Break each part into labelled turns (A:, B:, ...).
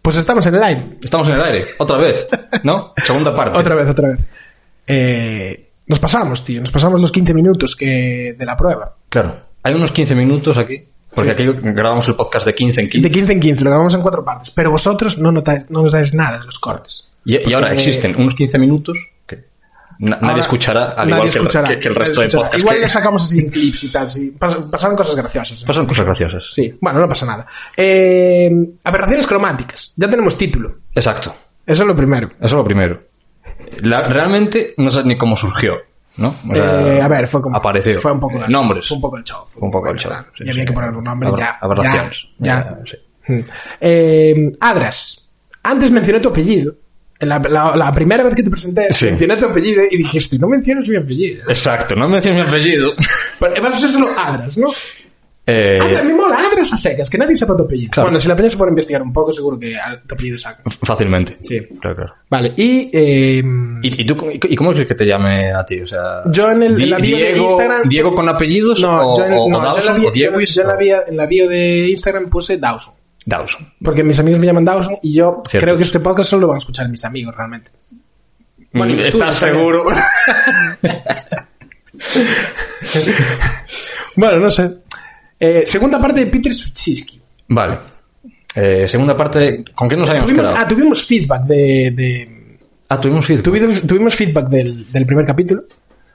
A: Pues estamos en el live.
B: Estamos en el aire, otra vez, ¿no? Segunda parte.
A: Otra vez, otra vez. Eh, nos pasamos, tío. Nos pasamos los 15 minutos que, de la prueba.
B: Claro. Hay unos 15 minutos aquí, porque aquí grabamos el podcast de 15 en 15.
A: De 15 en 15, lo grabamos en cuatro partes. Pero vosotros no, notáis, no nos dais nada de los cortes.
B: Y, y ahora
A: Porque-
B: existen unos 15 minutos que na- nadie
A: Ahora,
B: escuchará,
A: nadie
B: al igual que el-
A: escuchará,
B: que, que el
A: nadie
B: resto de
A: escuchará.
B: podcasts.
A: Igual
B: que-
A: lo sacamos así en clips y tal. Sí. Pas- Pasaron cosas graciosas.
B: Pasan cosas graciosas.
A: Sí, bueno, no pasa nada. Eh, aberraciones cromáticas. Ya tenemos título.
B: Exacto.
A: Eso es lo primero.
B: Eso es lo primero. La- realmente no sé ni cómo surgió, ¿no? O sea,
A: Eh, a ver, fue como.
B: Apareció.
A: Fue un poco de
B: Nombres.
A: Fue un poco el show. Fue
B: Fue un poco el
A: show.
B: show.
A: Y
B: Sí,
A: había
B: sí.
A: que poner un nombre
B: Abra-
A: ya. Ya.
B: aberraciones.
A: ya.
B: Ya, sí.
A: Mm. Eh, Adras. Antes mencioné tu apellido. En La, la- la primera vez que te presenté,
B: Sí.
A: mencioné tu apellido y dijiste, no menciones mi apellido.
B: Exacto, no menciones mi apellido.
A: Pero eh, vas a ser solo Adras, ¿no?
B: Eh,
A: Adras, me mola, Adras a secas, que nadie sepa tu apellido.
B: Claro.
A: Bueno, si la peña se pone a investigar un poco, seguro que al- tu apellido saca.
B: fácilmente.
A: Sí.
B: Claro, claro.
A: Vale, y eh,
B: ¿Y, y tú, cómo- y cómo crees que te llame a ti? O sea,
A: Yo en el- en la bio de
B: Diego,
A: Instagram-
B: Diego con apellidos
A: no,
B: o,
A: yo en,
B: o- o
A: no, yo en la
B: Dawson
A: bio-
B: o Diewis
A: yo en la
B: o-
A: bio- en la bio de Instagram puse Dawson.
B: Dawson.
A: Porque mis amigos me llaman Dawson y yo
B: Cierto.
A: creo que este podcast solo lo van a escuchar mis amigos realmente. Bueno, y tú,
B: ¿Estás
A: también.
B: seguro?
A: Bueno, no sé. Eh, segunda parte de Peter Suchiski.
B: vale. Eh, segunda parte, ¿con qué nos habíamos
A: Tuvimos,
B: quedado?
A: ah, tuvimos feedback de. de-
B: ah, tuvimos feedback.
A: tuvimos, tuvimos feedback del, del primer capítulo.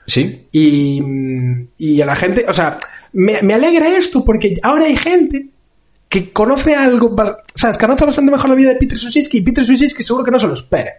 B: Sí.
A: Y, mm, y a la gente. O sea, me, me alegra esto porque ahora hay gente que conoce algo. ba- ¿Sabes? Conoce bastante mejor la vida de Peter Suchiski y Peter Suchiski seguro que no se lo espera.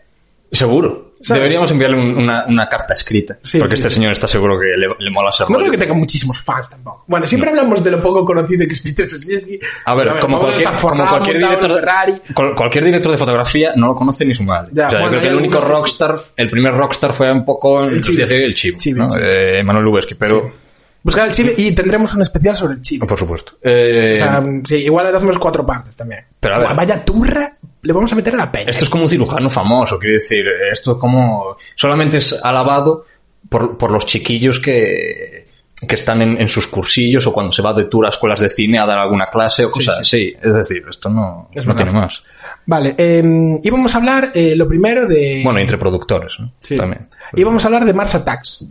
B: Seguro.
A: ¿Sabes?
B: Deberíamos enviarle un- una, una carta escrita.
A: Sí,
B: porque
A: sí,
B: este
A: sí.
B: señor está seguro que le, le mola ser
A: No creo
B: rollo.
A: que tenga muchísimos fans tampoco. Bueno, siempre hablamos de lo poco conocido que es Peter Sosieski.
B: A ver, como, cualquier, como cualquier director de
A: Ferrari.
B: cual- cualquier director de fotografía no lo conoce ni su madre.
A: Ya,
B: o sea,
A: bueno,
B: yo creo que
A: hay
B: el único
A: algunos que sí.
B: rockstar, el primer rockstar fue un poco en
A: El
B: los
A: Chivo.
B: días de hoy el chivo,
A: Chivo,
B: ¿no?
A: Chivo.
B: Eh, Manuel Lubezki, pero
A: Buscar el chile y tendremos un especial sobre el chile.
B: por supuesto. Eh,
A: O sea, sí, igual le hacemos cuatro partes también.
B: Pero a ver.
A: Buah, Vaya turra, le vamos a meter a la peña.
B: esto es como un cirujano famoso, quiero decir, esto es como solamente es alabado por, por los chiquillos que que están en, en sus cursillos o cuando se va de tour a escuelas de cine a dar alguna clase o cosas así. Es decir, esto no,
A: Es
B: no
A: verdad.
B: tiene más.
A: Vale, eh, íbamos a hablar eh, lo primero de.
B: Bueno, entre productores, ¿no?
A: Sí.
B: También.
A: Íbamos a hablar de Mars Attacks.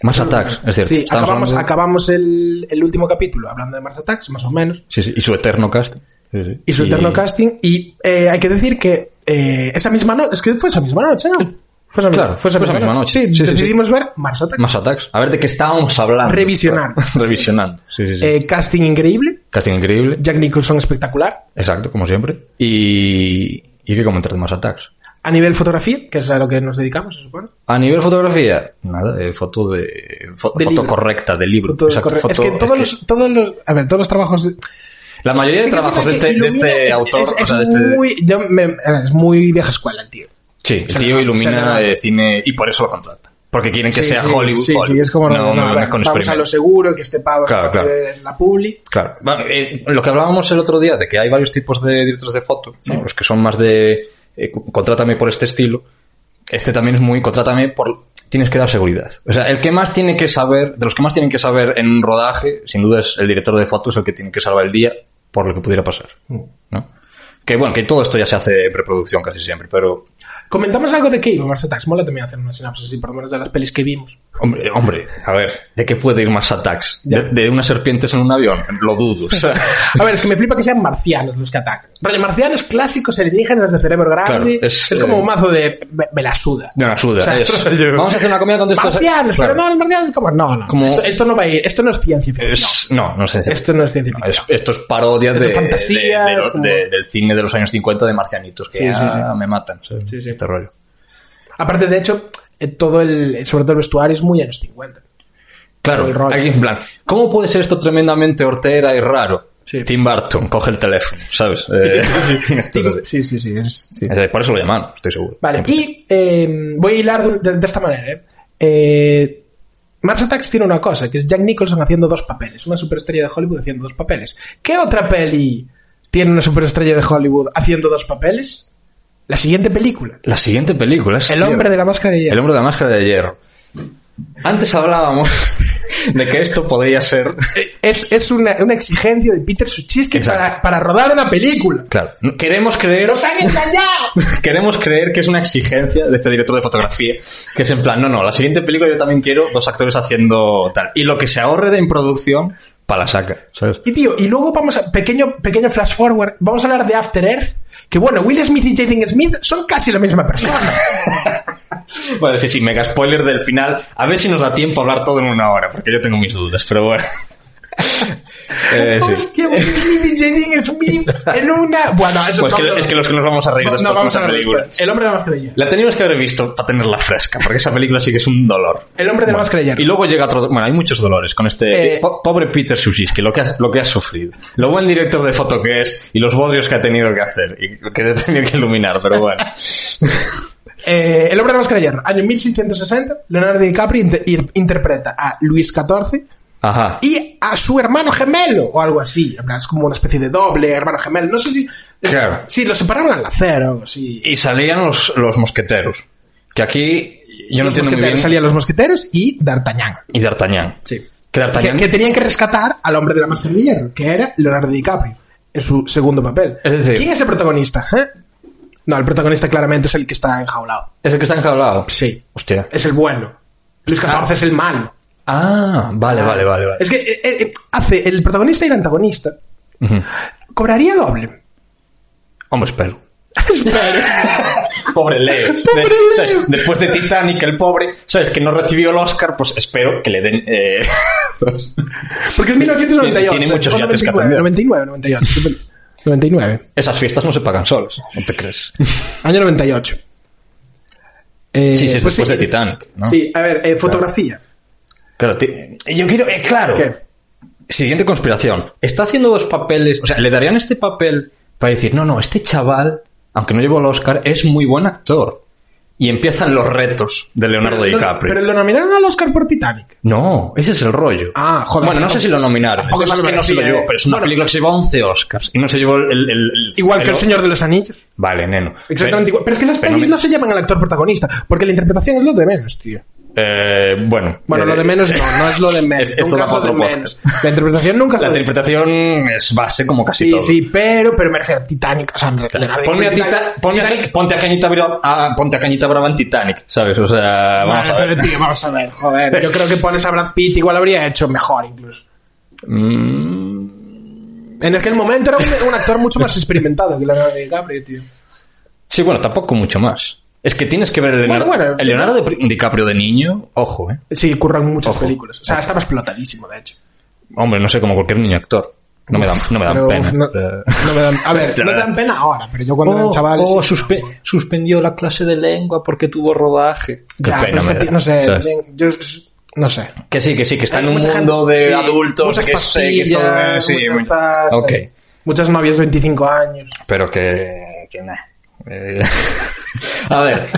B: Más attacks, es cierto.
A: Sí,
B: Estamos
A: acabamos,
B: hablando de-
A: acabamos el, el último capítulo hablando de Mars Attacks, más o menos.
B: Sí, sí, y su eterno casting. Sí, sí.
A: Y su eterno casting. Y eh, hay que decir que eh, esa misma noche. Es que fue esa misma noche, ¿no? Fue esa,
B: Claro,
A: fue esa misma, noche. Sí,
B: Sí, sí,
A: decidimos ver Mars Attacks.
B: Más attacks. A ver de qué estábamos hablando.
A: Revisionando.
B: Revisionando. Sí, sí, sí.
A: Eh, casting increíble.
B: casting increíble.
A: Jack Nicholson espectacular.
B: Exacto, como siempre. Y. ¿Y qué comentar de más attacks?
A: A nivel fotografía, que es a lo que nos dedicamos, se supone.
B: A nivel fotografía, nada, eh, foto de. fo-
A: De
B: foto
A: libro.
B: correcta, de libro.
A: Foto-
B: Exacto,
A: corre- es
B: foto-
A: que todos
B: es
A: los, todos los. A ver, todos los trabajos.
B: La
A: Sí
B: mayoría de
A: que es
B: trabajos de
A: verdad
B: este,
A: que
B: de este
A: ilumina- es-
B: autor.
A: Es,
B: o sea, de
A: es
B: este.
A: muy, yo me- a ver, es muy vieja escuela el tío.
B: Sí, el
A: Se
B: tío
A: le- se le
B: ilumina
A: nota.
B: eh, cine y por eso lo contrata. Porque quieren que
A: Sí,
B: sea
A: sí,
B: Hollywood.
A: Sí, sí,
B: Hollywood.
A: es como.
B: No,
A: no,
B: no,
A: a
B: me
A: ver,
B: vengas con
A: vamos a lo
B: experimentos.
A: seguro, que este pavo
B: Claro, claro.
A: es la publi.
B: Claro. Bueno, eh, lo que hablábamos el otro día de que hay varios tipos de directores de foto, ¿no? los que son más de eh, cu- contrátame por este estilo. Este también es muy contrátame por tienes que dar seguridad. O sea, el que más tiene que saber, de los que más tienen que saber en un rodaje, sin duda es el director de foto, es el que tiene que salvar el día por lo que pudiera pasar. ¿no? Que bueno, que todo esto ya se hace en preproducción casi siempre, pero
A: Comentamos algo de qué iba Mars Attacks. Mola también hacer una sinapsis así, por lo menos de las pelis que vimos.
B: hombre, hombre, a ver, ¿de qué puede ir más attacks? ¿De, de unas serpientes en un avión? Lo dudo. o sea.
A: A ver, es que me flipa que sean marcianos los que atacan. Rollo, marcianos clásicos alienígenas de cerebro grande.
B: Claro,
A: es,
B: es,
A: como
B: eh,
A: un mazo de. Me, me la suda.
B: No, no, suda.
A: O sea,
B: es-
A: rollo-
B: Vamos a hacer una comida con estos.
A: Marcianos,
B: Claro.
A: pero no, los marcianos. Como, no, no.
B: Como-
A: Esto, esto no va a ir. Esto no es ciencia ficción.
B: Es- no, no sé.
A: Esto no es ciencia ficción.
B: Es- esto es parodia
A: Es
B: de,
A: de fantasía,
B: de- de lo-
A: es como-
B: de- del cine de los años 50 de marcianitos que
A: Sí, sí,
B: ah,
A: sí.
B: me matan. ¿sabes?
A: Sí, sí.
B: Este rollo.
A: Aparte, de hecho, eh, todo el. Sobre todo el vestuario es muy años 50. Todo el
B: Claro,
A: rollo.
B: aquí en plan, ¿cómo puede ser esto tremendamente hortera y raro?
A: Sí.
B: Tim Burton, coge el teléfono, ¿sabes? Eh, esto es
A: Tim-
B: así.
A: sí, sí, sí, es- sí.
B: Eh, Por eso lo llamaron, estoy seguro.
A: Vale,
B: Siempre.
A: y eh, voy a hilar de, un- de- de esta manera, ¿eh? Eh, Mars Attacks tiene una cosa, que es Jack Nicholson haciendo dos papeles, una superestrella de Hollywood haciendo dos papeles. ¿Qué otra peli tiene una superestrella de Hollywood haciendo dos papeles? La siguiente película,
B: La siguiente película es...
A: El hombre de la máscara de
B: El
A: hierro.
B: hombre de la máscara de hierro. Antes hablábamos de que esto podría ser...
A: Es, es una, una exigencia de Peter Suchiski
B: Exacto.
A: para, para rodar una película.
B: Claro, queremos creer...
A: ¡Nos han engañado!
B: Queremos creer que es una exigencia de este director de fotografía, que es en plan, no, no, la siguiente película yo también quiero dos actores haciendo tal. Y lo que se ahorre de en producción, para la saca, ¿sabes?
A: Y tío, y luego vamos a. Pequeño, pequeño flash forward. Vamos a hablar de After Earth. Que bueno, Will Smith y Jaden Smith son casi la misma persona.
B: Bueno, sí, sí, mega spoiler del final. A ver si nos da tiempo a hablar todo en una hora, porque yo tengo mis dudas, pero bueno. Eh, sí.
A: Hostia, Will Smith y Jaden Smith en una. Bueno, eso
B: Pues que-
A: no-
B: es que los que nos vamos a reír
A: no,
B: después
A: no,
B: con
A: vamos
B: esa
A: a ver
B: película.
A: después. El hombre de la máscara de hierro.
B: La teníamos que haber visto para tenerla fresca, porque esa película sí que es un dolor.
A: El hombre de la máscara de hierro.
B: Y luego llega otro... Bueno, hay muchos dolores con este...
A: Eh,
B: po- pobre Peter Suchiski, lo que, ha, lo que ha sufrido. Lo buen director de foto que es y los bodrios que ha tenido que hacer y que ha tenido que iluminar, pero bueno.
A: Eh, el hombre de la máscara de hierro. Año 1660. Leonardo DiCaprio inter- ir- interpreta a Luis XIV.
B: Ajá.
A: Y a su hermano gemelo, o algo así. En plan, Es como una especie de doble hermano gemelo. No sé si.
B: Claro.
A: Sí, lo separaron al nacer o algo así.
B: Y salían los, los mosqueteros. Que aquí yo no
A: los
B: entiendo muy bien...
A: mosqueteros, salían los mosqueteros y D'Artagnan.
B: Y D'Artagnan.
A: Sí.
B: Que D'Artagnan...
A: Que, que tenían que rescatar al hombre de la máscara de hierro, que era Leonardo DiCaprio, en su segundo papel.
B: Es decir-
A: ¿Quién es el protagonista? eh? No, el protagonista claramente es el que está enjaulado.
B: Es el que está enjaulado.
A: Sí.
B: Hostia.
A: Es el bueno. Luis XIV es el malo.
B: Ah, vale, vale, vale. vale.
A: Es que eh, eh, hace el protagonista y el antagonista.
B: Ujú.
A: Cobraría doble.
B: Hombre, espero.
A: Espera.
B: Pobre Leo. De-
A: Pobre Leo.
B: ¿sabes? Después de Titanic, el pobre, ¿sabes? Que no recibió el Oscar, pues espero que le den. eh,
A: Porque es 1998.
B: Tiene muchos
A: o
B: yates que
A: 99,
B: atender.
A: 99, 98. 99.
B: Esas fiestas no se pagan solas, ¿no te crees?
A: Año 98. Eh,
B: Sí, sí, es después de Titanic, ¿no?
A: Sí, a ver, eh, fotografía.
B: Claro, ti- yo quiero. eh, claro.
A: ¿Qué?
B: Siguiente conspiración. Está haciendo dos papeles. O sea, le darían este papel para decir, no, no, este chaval, aunque no llevó el Oscar, es muy buen actor. Y empiezan los retos de Leonardo
A: Pero-
B: DiCaprio.
A: Pero lo nominaron al Oscar por Titanic.
B: No, ese es el rollo.
A: Ah, joder.
B: Bueno, no sé si lo nominaron.
A: Tampoco
B: El tema
A: se lo
B: es que no se
A: merecía,
B: lo llevó,
A: eh.
B: pero es una
A: Bueno.
B: película que se llevó 11 Oscars. Y no se llevó el... el- el-
A: Igual que El Señor de los Anillos.
B: Vale, neno.
A: Exactamente igual. Pero es que esas pelis
B: fenómeno.
A: no se llevan al actor protagonista, porque la interpretación es lo de menos, tío.
B: Eh, bueno.
A: Bueno,
B: Eh,
A: lo de menos no, no es lo de menos.
B: es- esto
A: nunca
B: da
A: es lo
B: para
A: de
B: otro
A: menos. La interpretación nunca es
B: La
A: lo de-
B: interpretación es base como casi
A: Sí,
B: todo.
A: sí, pero, pero me refiero a Titanic. O sea, Leonardo
B: Ponme a,
A: DiCaprio-
B: Tita- ponme a-
A: Titanic-
B: ponte a Cañita Brava, ah, ponte a Cañita Brava en Titanic, ¿sabes? O sea, vamos
A: Vale,
B: a ver.
A: pero tío, vamos a ver, joder. Yo creo que pones a Brad Pitt, igual habría hecho mejor incluso.
B: Mm,
A: En aquel momento era un, un actor mucho más experimentado que Leonardo DiCaprio, tío.
B: sí, bueno, tampoco mucho más. Es que tienes que ver el Leonardo,
A: bueno.
B: el Leonardo de Pri- DiCaprio de niño, ojo, eh.
A: Sí, curran muchas
B: Ojo.
A: películas. O sea, estaba explotadísimo, de hecho.
B: Hombre, no sé, como cualquier niño actor. No me dan, no me dan
A: Pero,
B: pena.
A: uf, no- no me dan- a ver, no te dan pena ahora, pero yo cuando
B: Oh,
A: eran chavales. sí.
B: suspendió la clase de lengua porque tuvo rodaje.
A: Ya, pero es que, tío, no sé, también, yo es- no sé.
B: Que sí, que sí, que está
A: Hay
B: en un
A: mucha
B: mundo
A: gente-
B: de
A: sí,
B: adultos
A: muchas
B: que sé que esto
A: pastillas,
B: eh, sí,
A: muchas
B: bueno.
A: tas,
B: Ok.
A: eh, Muchas novias de 25 años.
B: Pero que. que nah. Eh, a ver.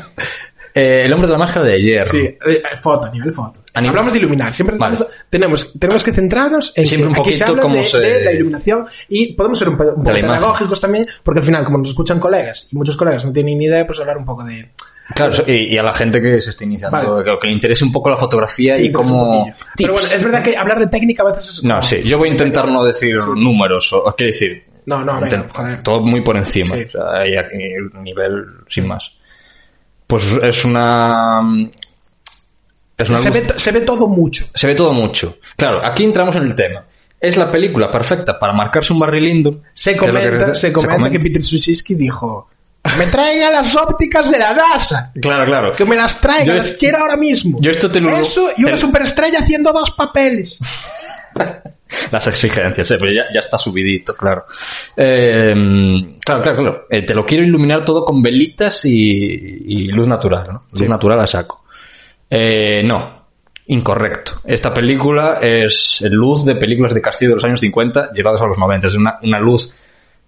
B: eh, el hombre de la máscara de hierro.
A: Sí, eh, foto, a nivel foto.
B: Anima.
A: Hablamos de iluminar, siempre
B: Vale.
A: tenemos, tenemos, tenemos que centrarnos en
B: Siempre un
A: que aquí se
B: poquito
A: habla
B: cómo
A: de,
B: se-
A: de la iluminación y podemos ser un, pe- un poco
B: la imagen.
A: pedagógicos también, porque al final, como nos escuchan colegas, y muchos colegas no tienen ni idea, pues hablar un poco de...
B: Claro, so- y, y a la gente que se está iniciando,
A: Vale.
B: que, que le interese un poco la fotografía y
A: de- un
B: cómo.
A: poquillo. Pero bueno, es verdad que hablar de técnica a veces es...
B: No, sí, yo voy a intentar no decir números, o, quiero decir.
A: No, no, venga,
B: intent-
A: joder.
B: Todo muy por encima,
A: Sí.
B: o sea, y a- y un nivel sin más. Pues es una. mm, Es una
A: Se
B: luz-
A: ve, to- se ve todo mucho.
B: se ve todo mucho. Claro, aquí entramos en el tema. Es la película perfecta para marcarse un barrilindo.
A: Se
B: que es lo que-
A: comenta, se comenta que Peter Suchiski dijo, me traen a las ópticas de la NASA.
B: Claro, claro.
A: Que me las traigan,
B: Yo
A: las
B: es-
A: quiero ahora mismo.
B: yo esto te lo-
A: Eso y una
B: te-
A: superestrella haciendo dos papeles.
B: Las exigencias, eh, pero ya, ya está subidito, claro. Eh, claro, claro, claro. Eh, te lo quiero iluminar todo con velitas y, y luz natural, ¿no? Luz natural a saco. Eh, no. incorrecto. Esta película es luz de películas de Castillo de los años 50 llevadas a los 90. Es una, una luz,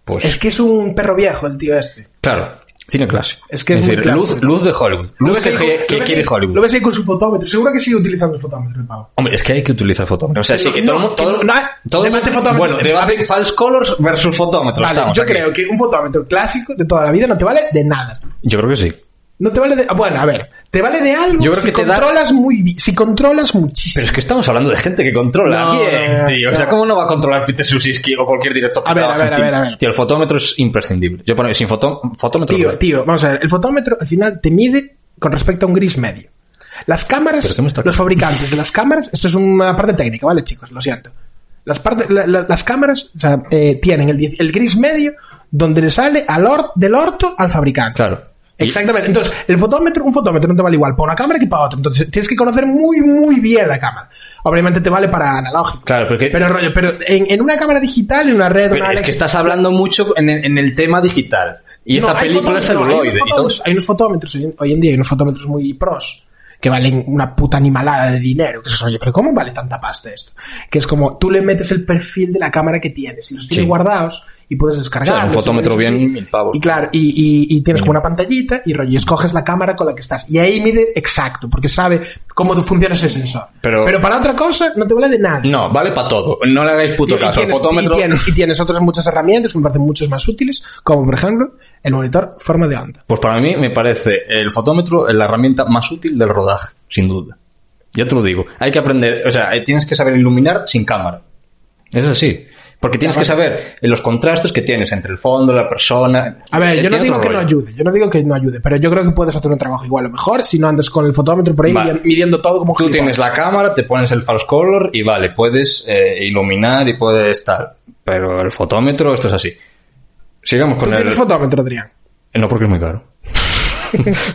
B: pues...
A: Es que es un perro viejo el tío este.
B: Claro, cine clásico.
A: Es que es muy clásico.
B: luz, luz de Hollywood.
A: Lo
B: Luz
A: ves
B: que,
A: ahí con-
B: que
A: lo ves
B: quiere
A: ahí-
B: Hollywood.
A: Lo ves ahí con su fotómetro. Seguro que sigue utilizando el fotómetro, el pavo.
B: Hombre, es que hay que utilizar fotómetros. O sea,
A: Que
B: sí
A: no-
B: que
A: no,
B: todo, el mu-
A: que
B: todo,
A: no- no,
B: todo el
A: debate
B: mu-
A: fotómetro.
B: Bueno, debate false colors versus fotómetros.
A: Vale,
B: Estamos
A: yo
B: aquí.
A: creo que un fotómetro clásico de toda la vida no te vale de nada.
B: Yo creo que sí.
A: No te vale de. ah, Bueno, a ver, te vale de algo
B: Yo creo
A: si
B: que te da-
A: controlas muy bi- Si controlas muchísimo.
B: Pero es que estamos hablando de gente que controla
A: No,
B: bien,
A: no, no,
B: tío. O
A: no.
B: sea, ¿cómo no va a controlar Peter Susiski o cualquier director? que
A: A ver,
B: trabaje
A: a ver,
B: en
A: a ver,
B: cine?
A: a ver.
B: Tío, el fotómetro es imprescindible. Yo pongo sin fotó- fotómetro.
A: Tío,
B: no.
A: tío, vamos a ver. El fotómetro al final te mide con respecto a un gris medio. Las
B: ¿Pero
A: cámaras,
B: qué me está-
A: los fabricantes de las cámaras, esto es una parte técnica, ¿vale, chicos? Lo siento. Las, parte- la- la- las cámaras o sea, eh, tienen el, die- el gris medio donde le sale al or- del orto al fabricante.
B: Claro. Y-
A: Exactamente. Entonces, el fotómetro, un fotómetro no te vale igual para una cámara que para otra. Entonces, tienes que conocer muy, muy bien la cámara. Obviamente te vale para analógico.
B: Claro, porque-
A: Pero rollo, pero en, en una cámara digital, en una red,
B: pero
A: una
B: es que
A: Alexa-
B: estás hablando mucho en el, en el tema digital. Y esta
A: no, hay
B: película es
A: fotómetros, no, Hay
B: celuloide.
A: unos
B: y todo.
A: fotómetros, hay unos fotómetros hoy, en- hoy en día, hay unos fotómetros muy pros que valen una puta animalada de dinero. Que se oye, pero ¿cómo vale tanta pasta esto? Que es como tú le metes el perfil de la cámara que tienes y los tienes
B: Sí.
A: guardados y puedes descargar.
B: O sea, un fotómetro bien, mil pavos.
A: Y claro, y, y- y tienes como una pantallita y rollo, y escoges la cámara con la que estás. Y ahí mide exacto, porque sabe cómo funciona ese sensor.
B: Pero-
A: para otra cosa no te vale de nada.
B: No, vale para todo. No le hagáis puto
A: Y- y,
B: caso. al
A: tienes,
B: fotómetro.
A: y tienes- y tienes otras muchas herramientas que me parecen mucho más útiles, como por ejemplo el monitor forma de onda.
B: Pues para mí me parece el fotómetro la herramienta más útil del rodaje, sin duda. Ya te lo digo. Hay que aprender, o sea, eh, tienes que saber iluminar sin cámara. Es así. Porque tienes que saber eh, los contrastes que tienes entre el fondo, la persona.
A: A ver,
B: Eh,
A: yo no
B: tiene
A: digo
B: otro
A: que no
B: rollo.
A: ayude, yo no digo que no ayude, pero yo creo que puedes hacer un trabajo igual o mejor si no andas con el fotómetro por ahí
B: Vale.
A: midi- midiendo todo como
B: Tú
A: gilipollas.
B: tienes la cámara, te pones el false color y vale, puedes eh, iluminar y puedes tal. Pero el fotómetro, esto es así. Sigamos
A: Tú
B: con el.
A: tienes fotómetro, Adrián.
B: Eh, No, porque es muy caro.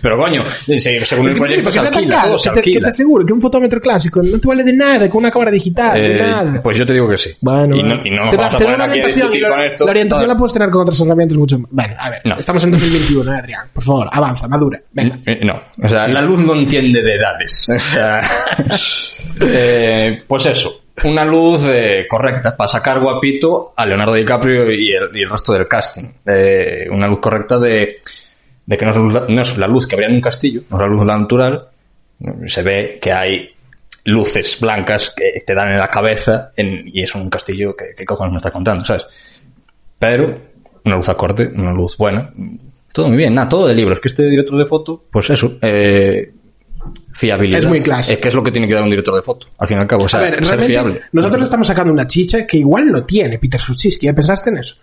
B: Pero coño, se- según
A: Es
B: el
A: que, tío,
B: proyecto
A: ¿por
B: se
A: qué sea tan
B: alquila,
A: caro?
B: todo se
A: Que te, que te
B: alquila.
A: aseguro que un fotómetro clásico no te vale de nada con una cámara digital, de
B: Eh,
A: nada.
B: pues yo te digo que sí.
A: Bueno,
B: y no,
A: bueno.
B: y no nos
A: Te da-
B: vamos a
A: te da
B: poner
A: una
B: aquí a
A: orientación,
B: discutir
A: la-
B: con esto.
A: La orientación la puedes tener con otras herramientas mucho más. Bueno, a ver,
B: No.
A: estamos en 2021, eh, Adrián. Por favor, avanza, madura. Venga.
B: Eh, No, o sea, la luz no entiende de edades. O sea, eh, pues eso, una luz eh, correcta para sacar guapito a Leonardo DiCaprio y el, y el resto del casting. Eh, una luz correcta de, de que no es, luz- no es la luz que habría en un castillo, no es la luz natural. Se ve que hay luces blancas que te dan en la cabeza en- y es un castillo que, que cojones me está contando, ¿sabes? pero una luz acorde, una luz buena. Todo muy bien, nada, todo de libros. Que este director de foto, pues eso, eh, fiabilidad.
A: Es muy clásico.
B: Es que es lo que tiene que dar un director de foto, al fin y al cabo, o sea,
A: a ver,
B: ser
A: realmente
B: fiable.
A: nosotros le estamos sacando una chicha que igual no tiene Peter Suchiski. ¿Ya pensaste en eso?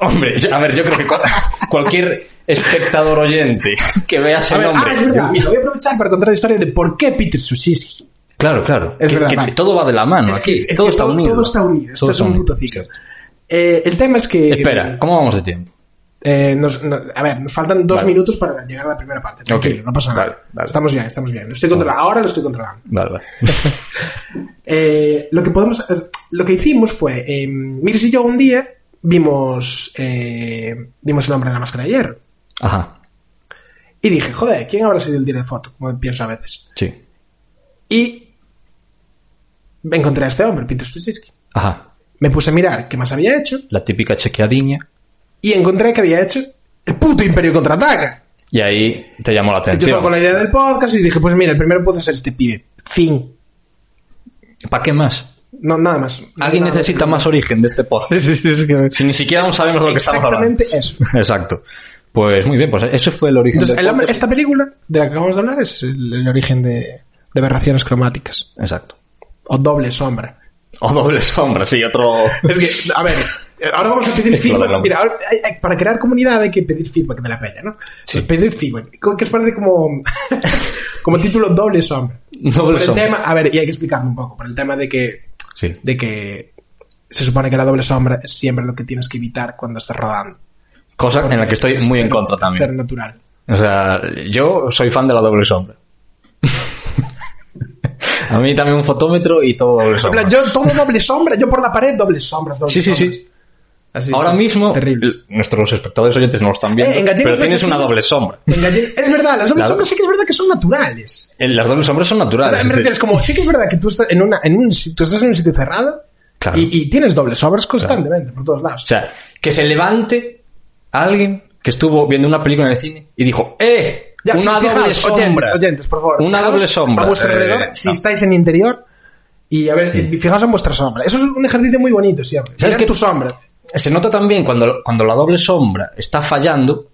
B: Hombre, yo- a ver, yo creo que cual- cualquier espectador oyente que vea ese
A: A ver,
B: nombre...
A: ah, es verdad. Mira, voy a aprovechar para contar la historia de por qué Peter Suchiski.
B: Claro, claro.
A: Es
B: que,
A: verdad,
B: que
A: vale.
B: todo va de la mano
A: Es que-
B: aquí.
A: es que
B: todo, está
A: todo-
B: unido.
A: todo está unido. Esto
B: Todo
A: es
B: está
A: un
B: unido.
A: puto ciclo. Eh, el tema es que.
B: Espera, ¿cómo vamos de tiempo?
A: Eh, nos- no- a ver, nos faltan dos
B: Vale.
A: minutos para llegar a la primera parte. Tranquilo,
B: Ok.
A: no pasa nada.
B: Vale, vale.
A: Estamos bien, estamos bien. Lo estoy controlando. Ahora lo estoy controlando.
B: Vale, vale.
A: Eh, lo que podemos. eh, Lo que hicimos fue. Eh, Mirs y yo un día vimos. Eh, vimos el hombre de la máscara de hierro.
B: Ajá,
A: Y dije, joder, ¿quién habrá sido el director de foto? Como pienso a veces.
B: sí.
A: Y. me Encontré a este hombre, Peter Suchiski.
B: Ajá.
A: Me puse a mirar qué más había hecho.
B: La típica chequeadiña.
A: y encontré que había hecho el puto Imperio Contraataca.
B: Y ahí te llamó la
A: Yo
B: atención.
A: solo con la idea del podcast y dije, pues mira, el primero puede ser este pibe. Fin.
B: ¿Para qué más?
A: No, nada más.
B: Alguien
A: Nada
B: necesita más origen de este podcast. Si ni siquiera aún sabemos lo que estamos hablando.
A: Exactamente eso.
B: Exacto. Pues muy bien, pues ese fue el origen.
A: Entonces,
B: del
A: el hombre-
B: podcast.
A: esta película de la que acabamos de hablar es el, el origen de, de aberraciones cromáticas.
B: Exacto.
A: O doble sombra.
B: O doble sombra, sí, otro.
A: Es que, a ver, eh, ahora vamos a pedir
B: Es que lo
A: feedback.
B: hablamos.
A: Mira, ahora hay- hay- para crear comunidad hay que pedir feedback de la peña, ¿no? Pues pedir feedback. Co- Que es parte como, como título doble sombra.
B: Doble
A: Por el
B: sombra.
A: tema, a ver, y hay que explicarlo un poco. Por el tema de que
B: Sí.
A: de que se supone que la doble sombra es siempre lo que tienes que evitar cuando estás rodando.
B: Cosa en la que
A: Porque
B: estoy
A: es
B: muy en
A: ser-
B: contra
A: ser
B: también.
A: natural.
B: O sea, yo soy fan de la doble sombra. A mí también un fotómetro y todo doble
A: En
B: sombra.
A: plan, yo todo doble sombra, yo por la pared doble sombras, doble
B: Sí, sí,
A: sombras.
B: sí.
A: Así,
B: Ahora
A: sí.
B: mismo,
A: Terribles.
B: l- nuestros espectadores oyentes no lo están viendo,
A: Eh, en gallegos
B: pero tienes
A: asesinos-
B: una doble sombra.
A: En galle- Es verdad, las dobles
B: La-
A: sombras sí que es verdad que son naturales.
B: Eh, Las dobles sombras son
A: O sea,
B: naturales.
A: me
B: es decir,
A: refiero, es como, sí que es verdad que tú estás en, una, en, un, si- tú estás en un sitio cerrado
B: Claro.
A: y, y tienes dobles sobres constantemente por todos lados.
B: O sea, que se levante alguien que estuvo viendo una película en el cine y dijo, ¡eh!
A: Ya,
B: una
A: fi-
B: doble
A: fijaos,
B: sombra.
A: Oyentes, oyentes, por favor.
B: Una
A: fijaos
B: doble sombra.
A: A vuestro
B: Eh,
A: alrededor, si
B: no.
A: estáis en interior, y a ver, y fijaos en vuestra sombra. Eso es un ejercicio muy bonito siempre.
B: ¿Sabes
A: Mirar
B: qué?
A: tu sombra.
B: Se nota también cuando, cuando la doble sombra está fallando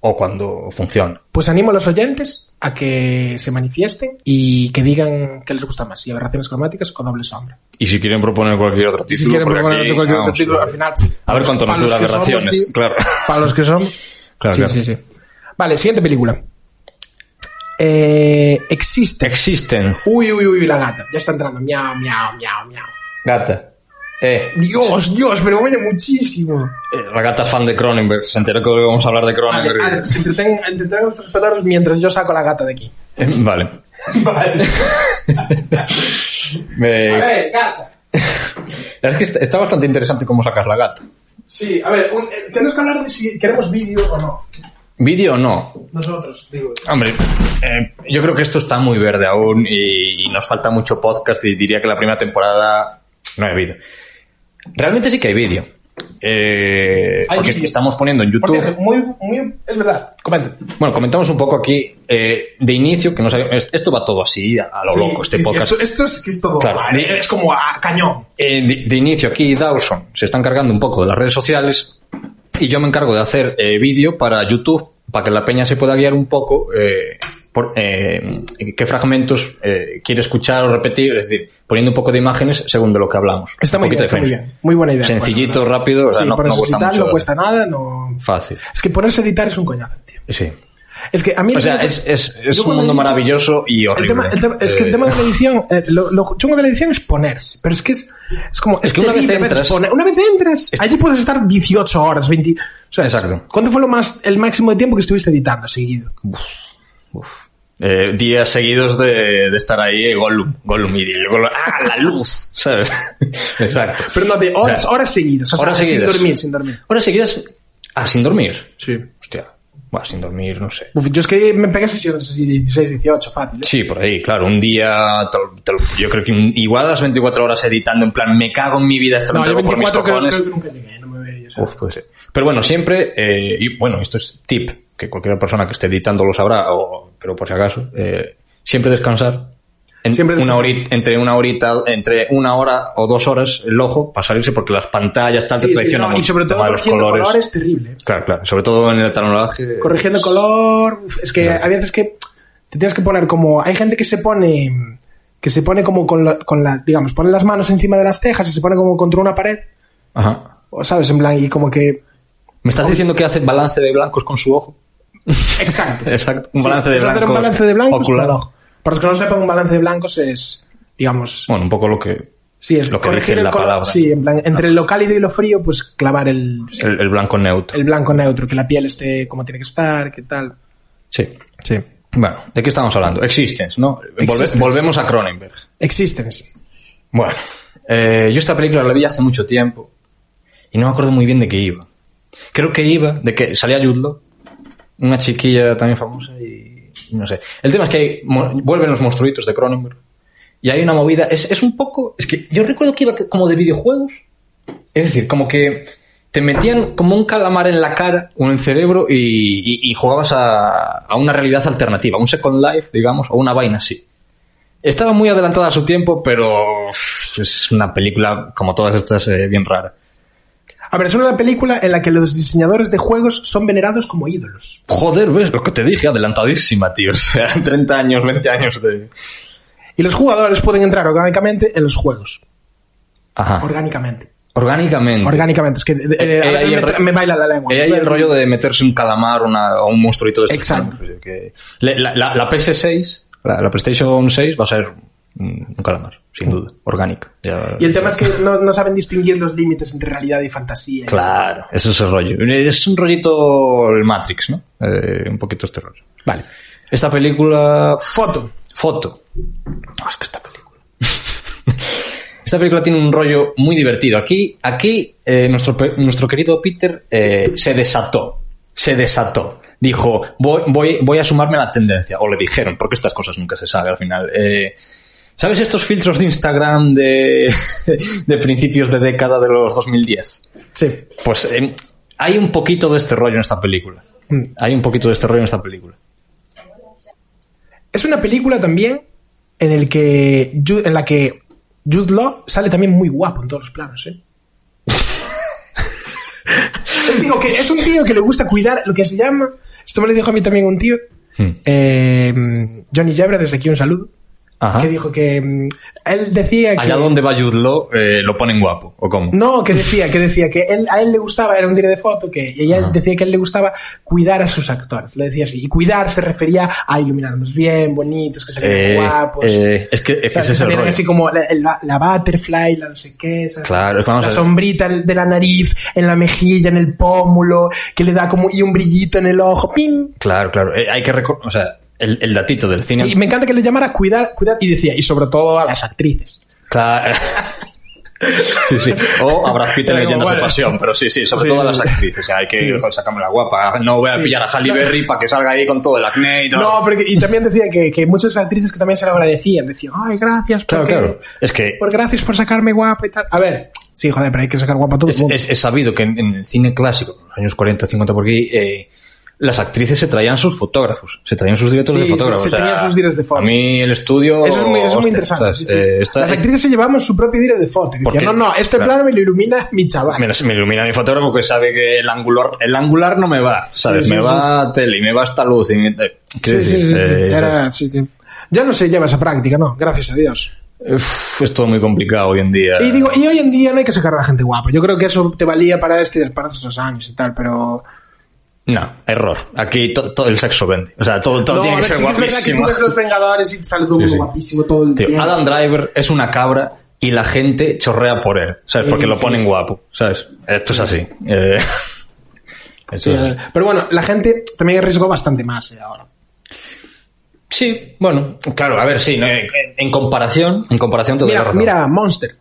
B: o cuando funciona.
A: Pues animo a los oyentes a que se manifiesten y que digan qué les gusta más, si aberraciones cromáticas o doble sombra.
B: Y si quieren proponer cualquier otro título,
A: Si quieren
B: por
A: proponer
B: aquí,
A: otro- cualquier otro
B: vamos,
A: título,
B: eh,
A: al final...
B: A ver cuánto nos
A: para los
B: dura
A: que somos,
B: aberraciones,
A: tío,
B: claro.
A: Para los que somos...
B: Claro,
A: sí,
B: claro.
A: sí, sí. Vale, siguiente película. Eh, existe.
B: Existen.
A: Uy, uy, uy, la gata. Ya está entrando. Miau, miau, miau, miau.
B: Gata. Eh,
A: Dios, Dios, pero bueno, muchísimo.
B: eh, la gata es fan de Cronenberg. Se enteró que hoy vamos a hablar de
A: Vale,
B: Cronenberg.
A: Alex, entretengan entretengan a nuestros espectadores mientras yo saco la gata de aquí.
B: Eh, vale.
A: Vale.
B: Me-
A: A ver, gata.
B: Es que está, está bastante interesante cómo sacas la gata.
A: Sí, a ver, un- eh, tenemos que hablar de si queremos vídeo o no.
B: Vídeo no.
A: Nosotros, digo.
B: Hombre, eh, yo creo que esto está muy verde aún y, y nos falta mucho podcast y diría que la primera temporada no hay vídeo. Realmente sí que hay vídeo. Eh,
A: Hay
B: porque
A: vídeo.
B: estamos poniendo en
A: Porque
B: YouTube.
A: es muy, muy, es verdad. Comenta.
B: Bueno, comentamos un poco aquí eh, de inicio que no sabemos. Esto va todo así, a, a lo
A: Sí,
B: loco, este
A: sí, sí,
B: podcast.
A: esto, esto es que es todo.
B: Claro.
A: vale, es como a cañón.
B: Eh, de, de inicio aquí Dawson se está encargando un poco de las redes sociales y yo me encargo de hacer eh, vídeo para YouTube para que la peña se pueda guiar un poco eh, por eh, qué fragmentos eh, quiere escuchar o repetir, es decir, poniendo un poco de imágenes según de lo que hablamos.
A: Está
B: Un
A: muy bien,
B: poquito de
A: está muy
B: frente.
A: bien. Muy buena idea.
B: Sencillito,
A: Bueno,
B: rápido, o sea,
A: sí,
B: no,
A: por
B: no
A: eso
B: cuesta
A: editar
B: mucho. eh,
A: no cuesta nada, no...
B: Fácil.
A: Es que ponerse a editar es un coñazo, tío.
B: Sí.
A: Es que a mí...
B: O
A: el
B: sea,
A: tema-
B: es, es- es
A: Yo
B: un
A: cuando
B: mundo
A: edito-
B: maravilloso y
A: el
B: horrible.
A: tema- el tema- es que el
B: Eh,
A: tema de la edición, eh, lo, lo chungo de la edición es ponerse, pero es que es, es como...
B: Es que una vez
A: terrible ver-
B: entras-
A: poner- una vez entras,
B: Es-
A: allí puedes estar 18 horas, 20... O sea,
B: Exacto.
A: ¿Cuánto fue lo más, el máximo de tiempo que estuviste editando seguido?
B: eh, días seguidos de, de estar ahí, eh, Gollum, Gollum y el Gollum, ¡ah, la luz! ¿Sabes? Exacto.
A: Pero no, de horas, horas seguidas, o sea,
B: horas seguidas.
A: sin dormir, sin dormir.
B: Horas seguidas. Ah, sin dormir.
A: Sí.
B: Hostia. Buah, sin dormir, no sé.
A: Uf, yo es que me pegué sesiones así, 16, 18, fácil. ¿eh?
B: Sí, por ahí, claro. Un día. te lo- te lo- yo creo que un- igual a las 24 horas editando, en plan, me cago en mi vida, esto lo
A: No, yo
B: entrego por mis
A: 24 creo,
B: cojones.
A: creo que nunca llegué, no me veía. o sea.
B: Uf, puede ser. Pero bueno, siempre. eh, y bueno, esto es tip, que cualquier persona que esté editando lo sabrá, o- pero por si acaso. eh, siempre descansar. En-
A: Siempre descansar.
B: Una horita, entre una horita, entre una hora o dos horas el ojo para salirse porque las pantallas tal
A: Sí,
B: te
A: sí,
B: traicionan.
A: no, y
B: mucho,
A: sobre
B: el
A: todo
B: tema de los
A: corrigiendo colores. terrible. ¿eh?
B: Claro, claro. Sobre todo en el talonaje.
A: Corrigiendo color, uf, es que a veces que te tienes que poner como hay gente que se pone que se pone como con la, con la digamos, pone las manos encima de las tejas y se pone como contra una pared,
B: Ajá.
A: o sabes, en plan y como que
B: ¿Me estás diciendo que hace balance de blancos con su ojo?
A: exacto.
B: Exacto. Un
A: Sí,
B: balance de
A: es hacer
B: blancos.
A: un balance de blancos
B: ocular.
A: con el ojo. Para los que no sepan, un balance de blancos es digamos,
B: Bueno, un poco lo que.
A: sí, es
B: lo que
A: corregir
B: dice
A: el
B: la
A: color,
B: palabra. Ah.
A: sí, en plan entre lo cálido y lo frío, pues clavar el
B: El, el blanco neutro.
A: el blanco neutro, que la piel esté como tiene que estar, qué tal.
B: Sí.
A: Sí.
B: Bueno, ¿de qué estamos hablando? Existence, ¿no? Volve-
A: Existence.
B: Volvemos a Cronenberg.
A: Existence.
B: Bueno, eh, yo esta película la vi hace mucho tiempo y no me acuerdo muy bien de qué iba. Creo que iba de que salía Jude Law, una chiquilla también famosa y y no sé. El tema es que hay mo- vuelven los monstruitos de Cronenberg y hay una movida. Es, es un poco. Es que yo recuerdo que iba que- como de videojuegos. Es decir, como que te metían como un calamar en la cara o en el cerebro y, y- y jugabas a, a una realidad alternativa, un Second Life, digamos, o una vaina así. Estaba muy adelantada a su tiempo, pero uf, es una película, como todas estas, eh, bien rara.
A: A ver, es una película en la que los diseñadores de juegos son venerados como ídolos.
B: Joder, ves lo que te dije, adelantadísima, tío. O sea, 30 años, 20 años de...
A: Y los jugadores pueden entrar orgánicamente en los juegos.
B: Ajá.
A: Orgánicamente.
B: Orgánicamente.
A: Orgánicamente. Es que de- de-
B: Ah. Eh,
A: a
B: eh, ahí
A: veces
B: el
A: me,
B: ro-
A: tra- me baila la lengua.
B: Y ahí el rollo de meterse un calamar una- o un monstruito de estos.
A: Exacto.
B: ¿no? Que- le- la, la- la PS6, la, la PlayStation 6 va a ser un, un calamar, sin duda, orgánico. Ya-
A: Mm. Y el tema es que no, no saben distinguir los límites entre realidad y fantasía.
B: Claro, eso es el rollo. Es un rollito el Matrix, ¿no? Eh, un poquito este rollo.
A: Vale.
B: Esta película...
A: Foto.
B: Foto. No, es que esta película. Esta película tiene un rollo muy divertido. Aquí, aquí eh, nuestro, pe- nuestro querido Peter eh, se desató. Se desató. Dijo, voy, voy, voy a sumarme a la tendencia. O le dijeron, porque estas cosas nunca se sabe al final. Eh, ¿Sabes estos filtros de Instagram de, de principios de década de los 2010?
A: Sí.
B: Pues eh, hay un poquito de este rollo en esta película.
A: Mm.
B: Hay un poquito de este rollo en esta película.
A: Es una película también en, el que Ju- en la que Jude Law sale también muy guapo en todos los planos, ¿eh? es, digo que es un tío que le gusta cuidar lo que se llama. Esto me lo dijo a mí también un tío.
B: Hmm.
A: eh, Johnny Yebra, desde aquí un saludo.
B: Ajá.
A: Que dijo que. mm, Él decía que.
B: Allá donde va Jude Law, eh, lo ponen guapo, ¿o cómo?
A: No, que decía, que decía que él, a él le gustaba, era un director de foto, que y ella
B: Ajá.
A: decía que a él le gustaba cuidar a sus actores. Le decía así. Y cuidar se refería a iluminarnos bien, bonitos, que se
B: Eh,
A: vean guapos.
B: eh, es que, es que
A: Claro,
B: ese es el
A: salieran
B: rollo.
A: así como la, el- la- la butterfly, la no sé qué, esas-
B: Claro, es que vamos
A: la
B: a ver.
A: sombrita de la nariz, en la mejilla, en el pómulo, que le da como y un brillito en el ojo, ¡pim!
B: Claro, claro. Eh, hay que recordar, o sea, el, el datito del cine.
A: Y me encanta que le llamara cuidar, cuidar, y decía, y sobre todo a las actrices.
B: Claro. sí, sí. O a Brad Pitt
A: Era
B: en
A: como,
B: Leyendas de
A: vale.
B: Pasión, pero sí, sí,
A: Sí,
B: sobre todo a
A: sí.
B: las actrices. O sea, hay que
A: Sí.
B: joder, sacarme la guapa. No voy a
A: Sí.
B: pillar a Halle Berry para que salga ahí con todo el acné y todo.
A: No, porque, y también decía que, que muchas actrices que también se lo agradecían, decían, ay, gracias,
B: claro,
A: porque-
B: claro. Es que
A: Pues gracias por sacarme guapa y tal. A ver, sí, joder, pero hay que sacar guapa a todo el
B: es,
A: mundo.
B: es- es sabido que en, en el cine clásico, en los años 40, 50 por aquí, eh, las actrices se traían sus fotógrafos, se traían sus directores
A: Sí,
B: de fotógrafos.
A: se- se
B: o sea,
A: tenían sus directores de foto.
B: A mí el estudio...
A: Eso es muy, eso es muy
B: hostia,
A: interesante.
B: estás,
A: sí, sí.
B: eh, está-
A: Las actrices se llevaban su propio directo de foto. Y
B: ¿Por
A: decían, no,
B: qué?
A: no, este
B: Claro.
A: plano me lo ilumina mi chaval.
B: me, las- me ilumina mi fotógrafo que sabe que el angular, el angular no me va, ¿sabes?
A: Sí, sí,
B: me va tele y me va esta luz. Y me- eh, quiero
A: Sí, sí,
B: decir,
A: sí, sí.
B: eh,
A: Era- sí, sí. Ya no se lleva esa práctica, no, gracias a Dios.
B: uf, es todo muy complicado hoy en día.
A: Y digo, y hoy en día no hay que sacar a la gente guapa. Yo creo que eso te valía para este, para esos años y tal, pero.
B: No, error. Aquí to- todo el sexo vende. O sea, todo, todo
A: no,
B: tiene
A: a ver,
B: que ser
A: sí que es verdad que tú
B: guapísimo.
A: ves los Vengadores y te sale todo el
B: Sí,
A: mundo
B: sí.
A: guapísimo todo el
B: Tío,
A: día.
B: Adam Driver es una cabra y la gente chorrea por él, ¿sabes?
A: Sí,
B: Porque lo
A: sí.
B: ponen guapo, ¿sabes? Esto es así. Eh, esto
A: Sí,
B: es
A: a
B: así.
A: ver. Pero bueno, la gente también arriesgó bastante más eh, ahora.
B: Sí, bueno, claro, a ver, sí, no, eh, en comparación, en comparación te doy la
A: Mira,
B: razón.
A: mira, Monster.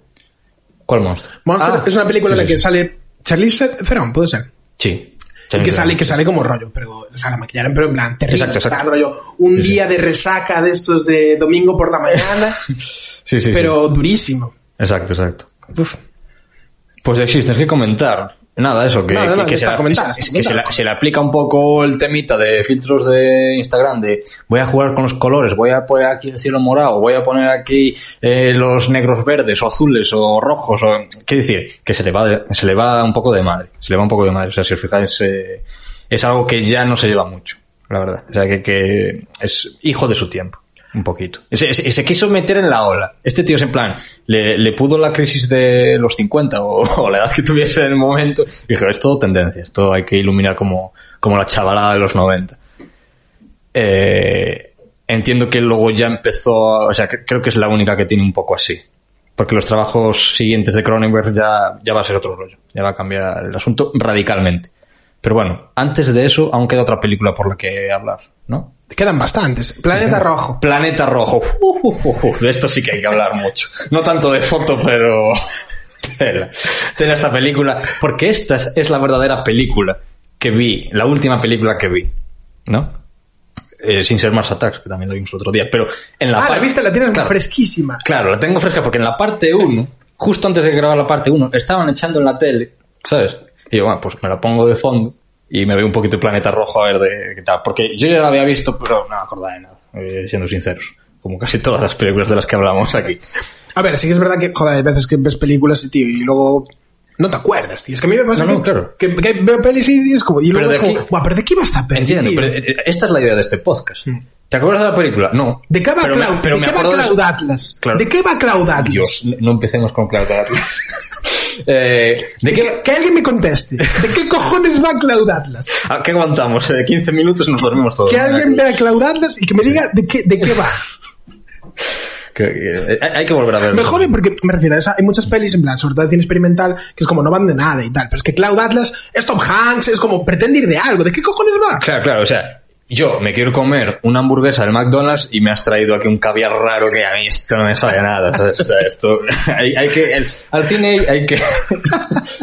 B: ¿Cuál monstruo?
A: Monster
B: Ah,
A: es una película
B: sí,
A: en la
B: sí,
A: que
B: sí.
A: sale Charlize Theron, puede ser.
B: Sí.
A: Y que sale,
B: Sí.
A: que sale como rollo, pero o sea, la maquillaron, pero en plan terrible.
B: Exacto, exacto.
A: en plan rollo, un
B: Sí, sí.
A: día de resaca de estos de domingo por la mañana,
B: Sí, sí, sí.
A: pero durísimo.
B: Exacto, exacto.
A: Uf.
B: Pues de Existence, que comentar? Nada, eso, que,
A: Nada,
B: que-
A: nada,
B: que
A: ya
B: se,
A: está,
B: la-
A: comentada,
B: es-
A: está
B: es que se la-
A: comentada.
B: se le aplica un poco el temita de filtros de Instagram, de voy a jugar con los colores, voy a poner aquí el cielo morado, voy a poner aquí eh, los negros verdes o azules o rojos, o, qué decir, que se le, va de- se le va un poco de madre, se le va un poco de madre, o sea, si os fijáis, eh, es algo que ya no se lleva mucho, la verdad, o sea, que, que es hijo de su tiempo. Un poquito. Se, se- se quiso meter en la ola. Este tío es en plan, le, le pudo la crisis de los 50 o, o la edad que tuviese en el momento. Y dijo, es todo tendencia, esto hay que iluminar como, como la chavalada de los 90. Eh, entiendo que luego ya empezó, a- o sea, cre- creo que es la única que tiene un poco así. Porque los trabajos siguientes de Cronenberg ya, ya va a ser otro rollo. Ya va a cambiar el asunto radicalmente. Pero bueno, antes de eso aún queda otra película por la que hablar, ¿no?
A: Quedan bastantes. Planeta Rojo.
B: Planeta Rojo. Uh, uh, uh, uh. De esto sí que hay que hablar mucho. No tanto de foto, pero... Tela. Tela esta película. Porque esta es- es la verdadera película que vi, la última película que vi, ¿no? Eh, sin ser Mars Attacks, que también lo vimos el otro día. Pero en la
A: ah, la
B: parte-
A: vista la tienes
B: Claro.
A: fresquísima.
B: Claro, la tengo fresca porque en la parte 1, justo antes de grabar la parte 1, estaban echando en la tele, ¿sabes? Y yo, bueno, pues me la pongo de fondo y me veo un poquito de Planeta Rojo a ver de qué tal. Porque yo ya la había visto, pero no me acordaba de nada, eh, siendo sinceros. Como casi todas las películas de las que hablamos aquí.
A: A ver, sí que es verdad que, joder, hay veces que ves películas y, tío, y luego no te acuerdas, tío. Es que a mí me pasa
B: No, no,
A: que,
B: claro.
A: que, que veo pelis y es como, y
B: Pero
A: luego
B: de
A: es como,
B: aquí-
A: "Buah, pero ¿de qué va esta peli,
B: Entiendo,
A: tío?".
B: pero eh, esta es la idea de este podcast. ¿Te acuerdas de la película? No.
A: Mm. ¿De qué va
B: Pero me-
A: Cloud,
B: pero
A: ¿de
B: me
A: qué va
B: acuerdo de-
A: Cloud Atlas?
B: Claro.
A: ¿De qué va Cloud Atlas?
B: Dios, no empecemos con Cloud Atlas. Eh, ¿De qué,
A: Que, que alguien me conteste. ¿De qué cojones va Cloud Atlas?
B: ¿A qué aguantamos? Eh, 15 minutos y nos dormimos todos.
A: Que alguien vea Cloud Atlas y que me diga de qué, de qué va.
B: Que- eh, hay hay que volver a verlo.
A: Me jode porque me refiero a esa. Hay muchas pelis, en plan, sobre todo de cine experimental, que es como no van de nada y tal. Pero es que Cloud Atlas es Tom Hanks, es como pretende ir de algo. ¿De qué cojones va?
B: Claro, claro, o sea, Yo me quiero comer una hamburguesa del McDonald's y me has traído aquí un caviar raro que a mí esto no me sabe a nada. ¿sabes? O sea, esto, hay, hay que, el- al cine hay, hay que,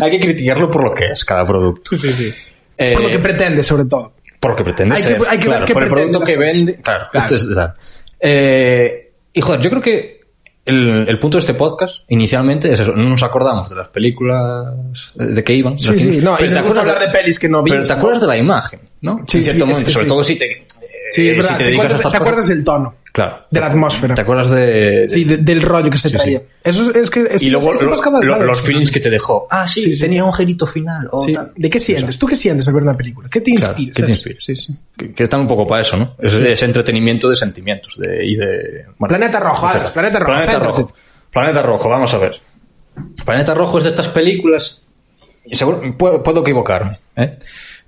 B: hay que criticarlo por lo que es cada producto.
A: Sí, sí.
B: Eh,
A: Por lo que pretende, sobre todo.
B: por lo que pretende
A: Hay que-
B: ser.
A: hay que ver
B: claro,
A: qué
B: por el
A: pretende
B: producto
A: la
B: que
A: gente.
B: vende. Claro,
A: Claro.
B: esto es. o sea, eh, y joder, yo creo que el, el punto de este podcast inicialmente es eso. No nos acordamos de las películas eh, de que iban.
A: Sí,
B: ¿no?
A: sí, no, y nos
B: te
A: gusta
B: acuerdas
A: hablar de pelis que no
B: Pero
A: vimos,
B: te
A: ¿no?
B: acuerdas de la imagen, ¿no?
A: Sí,
B: en
A: sí,
B: cierto
A: es
B: momento,
A: que
B: sobre
A: sí.
B: todo si te. eh,
A: Sí, es
B: si
A: verdad. te,
B: te dedicas a
A: acuerdas,
B: estas
A: te acuerdas
B: cosas-
A: del tono,
B: Claro.
A: de la atmósfera.
B: ¿Te acuerdas de.?
A: sí, de- del rollo que se
B: Sí,
A: traía.
B: sí.
A: Eso es, es que es,
B: y luego
A: es- es
B: lo-
A: más cabal,
B: lo-
A: claro.
B: los feelings que te dejó. Ah, sí,
A: Sí, sí.
B: tenía un girito final. o
A: Sí.
B: tal.
A: ¿De qué sientes? ¿Tú qué sientes al ver una película? ¿Qué te
B: Claro,
A: inspira?
B: ¿qué te
A: ¿Sabes?
B: inspira?
A: Sí, sí.
B: Que, que está un poco para eso, ¿no? Es, es entretenimiento de sentimientos de, y de... bueno,
A: Planeta Rojo,
B: etcétera.
A: Alex, Planeta Rojo,
B: Planeta
A: céntrate.
B: Rojo. Planeta Rojo, vamos a ver. Planeta Rojo es de estas películas... y seguro- puedo, puedo equivocarme, ¿eh?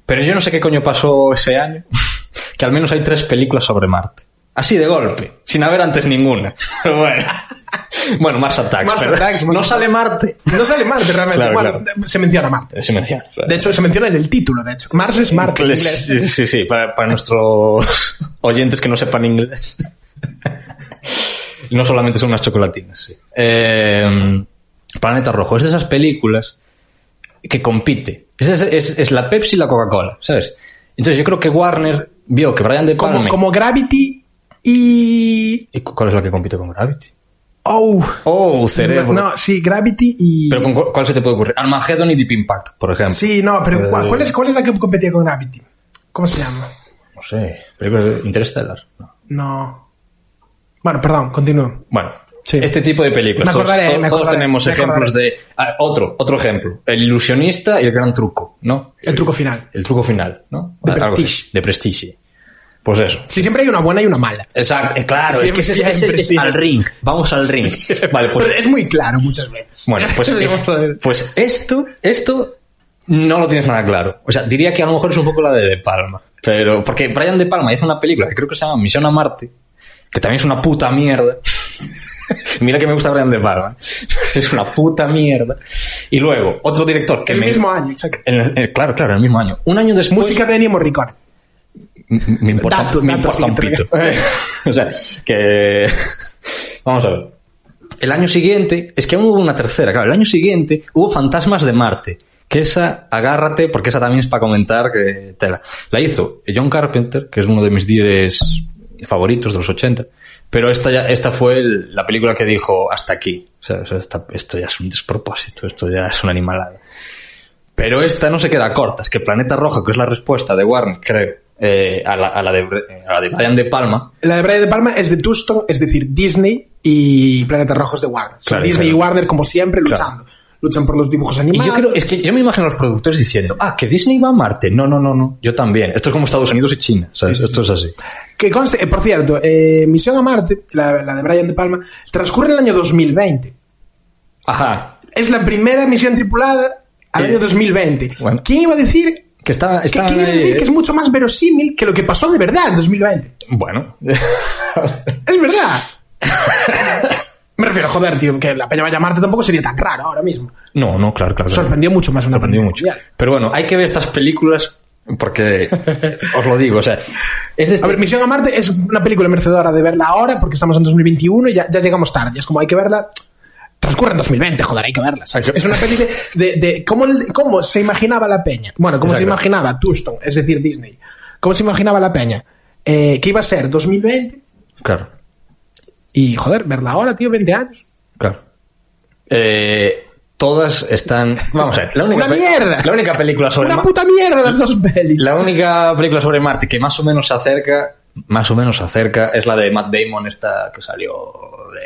B: Pero yo no sé qué coño pasó ese año, que al menos hay tres películas sobre Marte. Así de golpe, sin haber antes ninguna. Pero bueno. Bueno, Mars Attacks.
A: Mars
B: pero
A: Attacks, Mars
B: no
A: Attacks.
B: sale Marte.
A: No sale Marte realmente.
B: Claro,
A: Bueno, Se menciona Marte.
B: Se menciona.
A: De hecho, se menciona en el título, de hecho. Mars es Marte. en
B: Inglés,
A: inglés.
B: Sí, sí, sí, para, para nuestros oyentes que no sepan inglés. no solamente son unas chocolatinas, sí. Eh, Planeta Rojo, es de esas películas que compite. Es, es- es- es la Pepsi y la Coca-Cola, ¿sabes? Entonces yo creo que Warner vio que Brian De
A: Como,
B: Palma...
A: como Gravity y...
B: ¿Y cu- ¿Cuál es la que compite con Gravity?
A: Oh.
B: Oh, cerebro.
A: No, sí, Gravity y...
B: ¿Pero con cu- cuál se te puede ocurrir? Armageddon y Deep Impact, por ejemplo.
A: Sí, no, pero ¿cuál,
B: Eh,
A: cuál es, ¿cuál es la que competía con Gravity? ¿Cómo se llama?
B: No sé, película de Interstellar. no.
A: No. Bueno, perdón, continúo.
B: Bueno,
A: Sí.
B: este tipo de películas.
A: Me acordaré,
B: todos, todos-
A: me
B: todos
A: acordaré,
B: tenemos
A: me
B: ejemplos
A: acordaré.
B: de. ah, otro, otro ejemplo. El ilusionista y el gran truco, ¿no?
A: El truco final.
B: El truco final, ¿no?
A: De
B: Algo así,
A: Prestige.
B: De prestige. Pues eso.
A: Si siempre hay una buena y una mala.
B: Exacto, eh, claro,
A: Siempre,
B: es que ese- ese
A: siempre,
B: es
A: sí.
B: al ring. Vamos al ring. Vale, pues,
A: Pero es muy claro muchas veces.
B: bueno, pues,
A: Sí,
B: es-
A: vamos a ver.
B: pues esto, esto no lo tienes nada claro. O sea, diría que a lo mejor es un poco la de De Palma. Pero, porque Brian De Palma hizo una película que creo que se llama Misión a Marte, que también es una puta mierda. Mira que me gusta Brian De Palma. ¿eh? Es una puta mierda. Y luego, otro director que
A: El
B: me-
A: mismo año, exacto.
B: en- en- claro, claro, en el mismo año. Un año después.
A: Música de Ennio Morricone.
B: M- me importa,
A: Dato-
B: me
A: dato
B: importa un
A: sin
B: pito. o sea, que... Vamos a ver. El año siguiente, es que aún hubo una tercera, claro, el año siguiente hubo Fantasmas de Marte, que esa, agárrate, porque esa también es para comentar que tela. La hizo John Carpenter, que es uno de mis 10 favoritos de los 80, pero esta, ya, esta fue el- la película que dijo hasta aquí. O sea, o sea, esta- esto ya es un despropósito, esto ya es una animalada. Pero esta no se queda corta, es que Planeta Rojo, que es la respuesta de Warner, creo, eh, a, la, a la de, Bre- a la de Brian De Palma,
A: La de Brian De Palma es de Tuston, es decir, Disney y Planeta Rojos de Warner.
B: Claro,
A: Disney
B: claro.
A: y Warner, como siempre,
B: Claro.
A: luchando. Luchan por los dibujos
B: Y
A: animados.
B: yo creo, es que yo me imagino a los productores diciendo, ah, que Disney va a Marte. No, no, no, no, yo también. Esto es como Estados Unidos y China, ¿sabes? Esto es así.
A: Que conste, eh, por cierto, eh, Misión a Marte, la, la de Brian De Palma, transcurre en el año 2020.
B: Ajá.
A: Es la primera misión tripulada al
B: Eh,
A: año 2020.
B: bueno.
A: ¿Quién iba a decir
B: Que está,
A: que,
B: está
A: que iba a
B: ahí,
A: decir que
B: eh,
A: es mucho más verosímil que lo que pasó de verdad en 2020?
B: Bueno.
A: Es verdad. Me refiero, joder, tío, que la peña vaya a Marte tampoco sería tan raro ahora mismo.
B: no, no, claro, claro. claro.
A: Sorprendió mucho más una
B: sorprendió
A: pandemia
B: mucho.
A: mundial.
B: Pero bueno, hay que ver estas películas porque os lo digo, o sea, es de este-
A: A ver, Misión a Marte es una película merecedora de verla ahora porque estamos en 2021 y ya, ya llegamos tarde. Es como hay que verla. Transcurre en 2020, joder, hay que verla. ¿sabes? Es una peli de, de- de cómo, el- cómo se imaginaba la peña. Bueno, cómo se
B: Exacto.
A: imaginaba Tuston, es decir, Disney. Cómo se imaginaba la peña. Eh, que iba a ser 2020
B: claro,
A: y, joder, verla ahora, tío, 20 años.
B: claro. Eh, todas están, vamos a ver, la única
A: ¡Una
B: pe-
A: mierda!
B: Pues la única película sobre
A: Una
B: Ma-
A: puta mierda las dos pelis.
B: La única película sobre Marte que más o menos se acerca, más o menos se acerca, es la de Matt Damon, esta que salió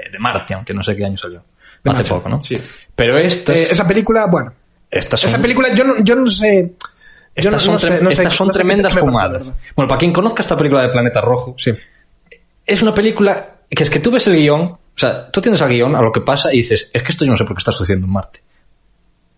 B: de, de Marte, aunque no sé qué año salió.
A: De
B: Hace
A: Marte,
B: poco, ¿no?
A: sí.
B: Pero estas,
A: Eh, esa película, bueno.
B: estas son,
A: Esa película, yo no, yo no sé. yo
B: estas
A: no-
B: son
A: no sé-
B: tre-
A: no sé-
B: estas son
A: no sé qué-
B: tremendas
A: qué me parece, la
B: fumadas.
A: verdad.
B: Bueno, para quien conozca esta película de Planeta Rojo,
A: Sí.
B: es una película que es que tú ves el guión, o sea, tú tienes el guión a lo que pasa y dices, es que esto yo no sé por qué está sucediendo en Marte.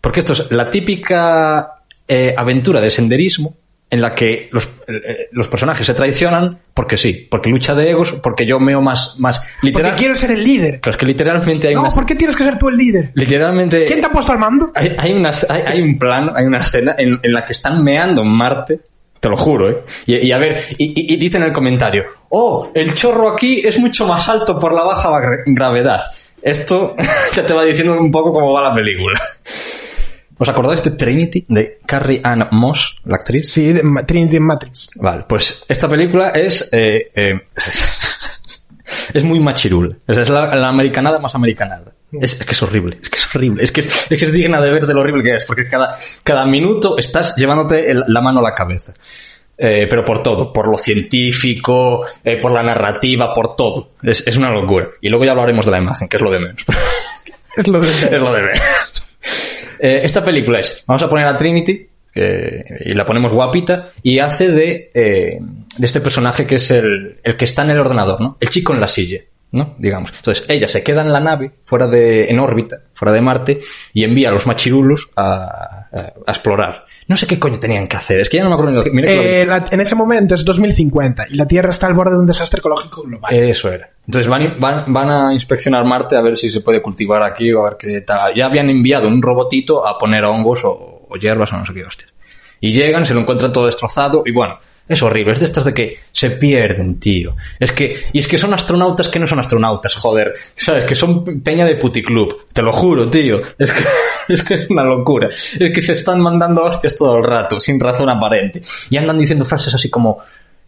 B: Porque esto es la típica eh, aventura de senderismo en la que los, eh, los personajes se traicionan porque sí, porque lucha de egos, porque yo meo más, más
A: Porque
B: literal.
A: quiero ser el líder.
B: Claro, es que literalmente hay
A: No,
B: una... Eh,
A: ¿por qué tienes que ser tú el líder?
B: Literalmente...
A: ¿Quién te ha puesto al mando?
B: Hay, hay, una- hay- hay un plano, hay una escena en, en la que están meando en Marte Te lo juro, ¿eh? Y, y a ver, y, y- y dice en el comentario, oh, el chorro aquí es mucho más alto por la baja gra- gravedad. Esto ya te va diciendo un poco cómo va la película. ¿Os acordáis de Trinity? De Carrie Ann Moss, la actriz.
A: Sí, de Ma- Trinity en Matrix.
B: Vale, pues esta película es. eh, eh, es muy machirul. O sea, Es la, la americanada más americanada. Es, es que es horrible, es que es horrible, es que es, es que es digna de ver de lo horrible que es, porque cada, cada minuto estás llevándote el- la mano a la cabeza. Eh, pero por todo, por lo científico, eh, por la narrativa, por todo. Es, es una locura. Y luego ya hablaremos de la imagen, que es lo de menos.
A: Es lo de...
B: es lo de menos. Eh, esta película es, vamos a poner a Trinity, que- y la ponemos guapita, y hace de, eh, de este personaje que es el, el que está en el ordenador, ¿no? El chico en la silla, ¿no? Digamos. Entonces, ella se queda en la nave, fuera de, en órbita, fuera de Marte, y envía a los machirulos a, a- a explorar. No sé qué coño tenían que hacer, es que ya no me acuerdo ni lo- mira que lo vi.
A: Eh, la- en ese momento es 2050 y la Tierra está al borde de un desastre ecológico global.
B: Eso era. Entonces van, van, van a inspeccionar Marte a ver si se puede cultivar aquí o a ver qué tal. Ya habían enviado un robotito a poner hongos o, o hierbas o no sé qué hostias. Y llegan, se lo encuentran todo destrozado y bueno, es horrible. Es de estas de que se pierden, tío. Es que, y es que son astronautas que no son astronautas, joder. Sabes, que son peña de puticlub. Te lo juro, tío. Es que, es que es una locura. Es que se están mandando hostias todo el rato, sin razón aparente. Y andan diciendo frases así como,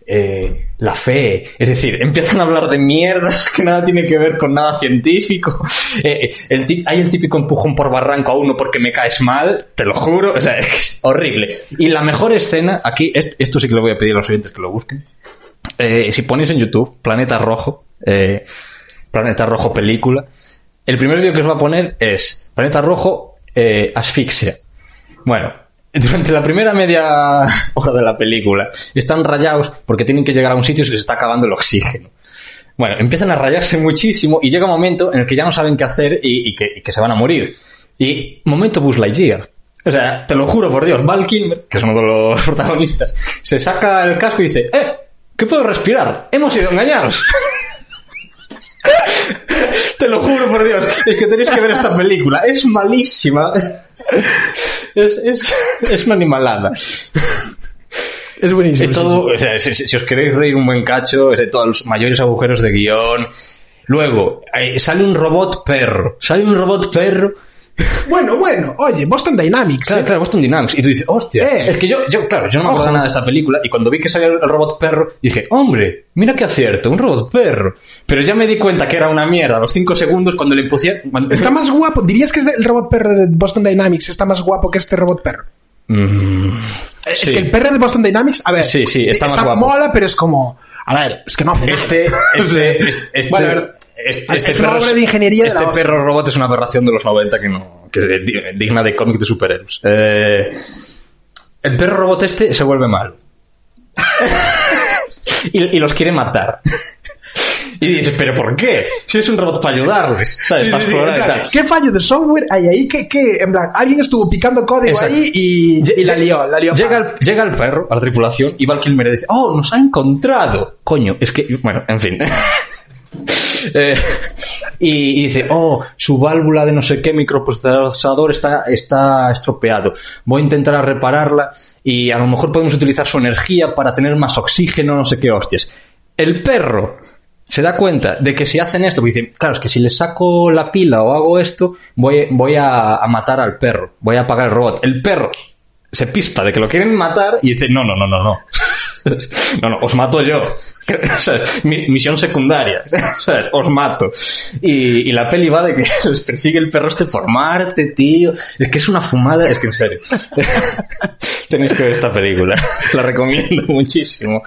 B: eh, la fe, es decir, empiezan a hablar de mierdas que nada tiene que ver con nada científico. Eh, eh, el tip- hay el típico empujón por barranco a uno porque me caes mal, te lo juro, o sea, es horrible. Y la mejor escena, aquí, est- esto sí que le voy a pedir a los oyentes que lo busquen. Eh, si ponéis en YouTube Planeta Rojo, eh, Planeta Rojo película, el primer vídeo que os va a poner es Planeta Rojo eh, asfixia. Bueno, durante la primera media hora de la película están rayados porque tienen que llegar a un sitio y se les está acabando el oxígeno. Bueno, empiezan a rayarse muchísimo y llega un momento en el que ya no saben qué hacer y, y que, y que se van a morir. Y momento Buzz Lightyear. O sea, te lo juro por Dios, Val Kilmer, que es uno de los protagonistas, se saca el casco y dice, ¡eh! ¿Qué puedo respirar? Hemos sido engañados. Te lo juro por Dios, es que tenéis que ver esta película. Es malísima. Es, es, es una animalada.
A: es buenísimo.
B: Es todo, o sea, si, si- si os queréis reír un buen cacho, es de todos los mayores agujeros de guión. Luego, eh, sale un robot perro. Sale un robot perro.
A: sí, sí. Bueno, bueno, oye, Boston Dynamics.
B: Claro,
A: ¿eh?
B: claro, Boston Dynamics. Y tú dices, hostia.
A: Eh.
B: Es que yo, yo, claro, yo no me acuerdo
A: Ojo.
B: nada de esta película. Y cuando vi que salía el robot perro, dije, hombre, mira qué acierto, un robot perro. Pero ya me di cuenta que era una mierda. A los 5 segundos, cuando le pusieron. cuando-
A: ¿eh? Está más guapo. ¿Dirías que es el robot perro de Boston Dynamics está más guapo que este robot perro? Eh,
B: Mm,
A: Es
B: sí.
A: que el perro de Boston Dynamics, a ver.
B: Sí, sí, está más guapo.
A: mola, pero es como. A ver, es que no hace
B: Este,
A: nada.
B: este,
A: O sea,
B: este, este-
A: vale, a ver,
B: este- este
A: es una
B: perro
A: obra de ingeniería de
B: Este
A: la hostia.
B: perro robot es una aberración de los 90 que no, que di- digna de cómic de superhéroes. Eh, el perro robot este se vuelve malo. y, y los quiere matar. Y dices, ¿pero por qué? Si es un robot para ayudarles, ¿sabes?
A: Sí,
B: para
A: sí, sí,
B: explorar,
A: en plan,
B: ¿sabes?
A: ¿Qué fallo de software hay ahí? ¿Qué, qué? En plan, alguien estuvo picando código
B: Exacto.
A: ahí y,
B: Lle-
A: y la
B: lle-
A: lió, la lió.
B: Llega el, llega el perro a la tripulación y Val Kilmer le dice, oh, nos ha encontrado. Coño, es que, bueno, en fin. Eh, y, y dice, oh, su válvula de no sé qué microprocesador está, está estropeado. Voy a intentar a repararla y a lo mejor podemos utilizar su energía para tener más oxígeno, no sé qué hostias. El perro se da cuenta de que si hacen esto, porque dice, claro, es que si le saco la pila o hago esto, voy, voy a, a matar al perro, voy a apagar el robot. El perro se pispa de que lo quieren matar y dice, no, no, no, no, no. No, no, os mato yo. ¿Sabes? Mi- Misión secundaria. ¿Sabes? Os mato. Y, y la peli va de que les persigue el perro este por Marte, tío. Es que es una fumada. Es que en serio. Tenéis que ver esta película. La recomiendo muchísimo.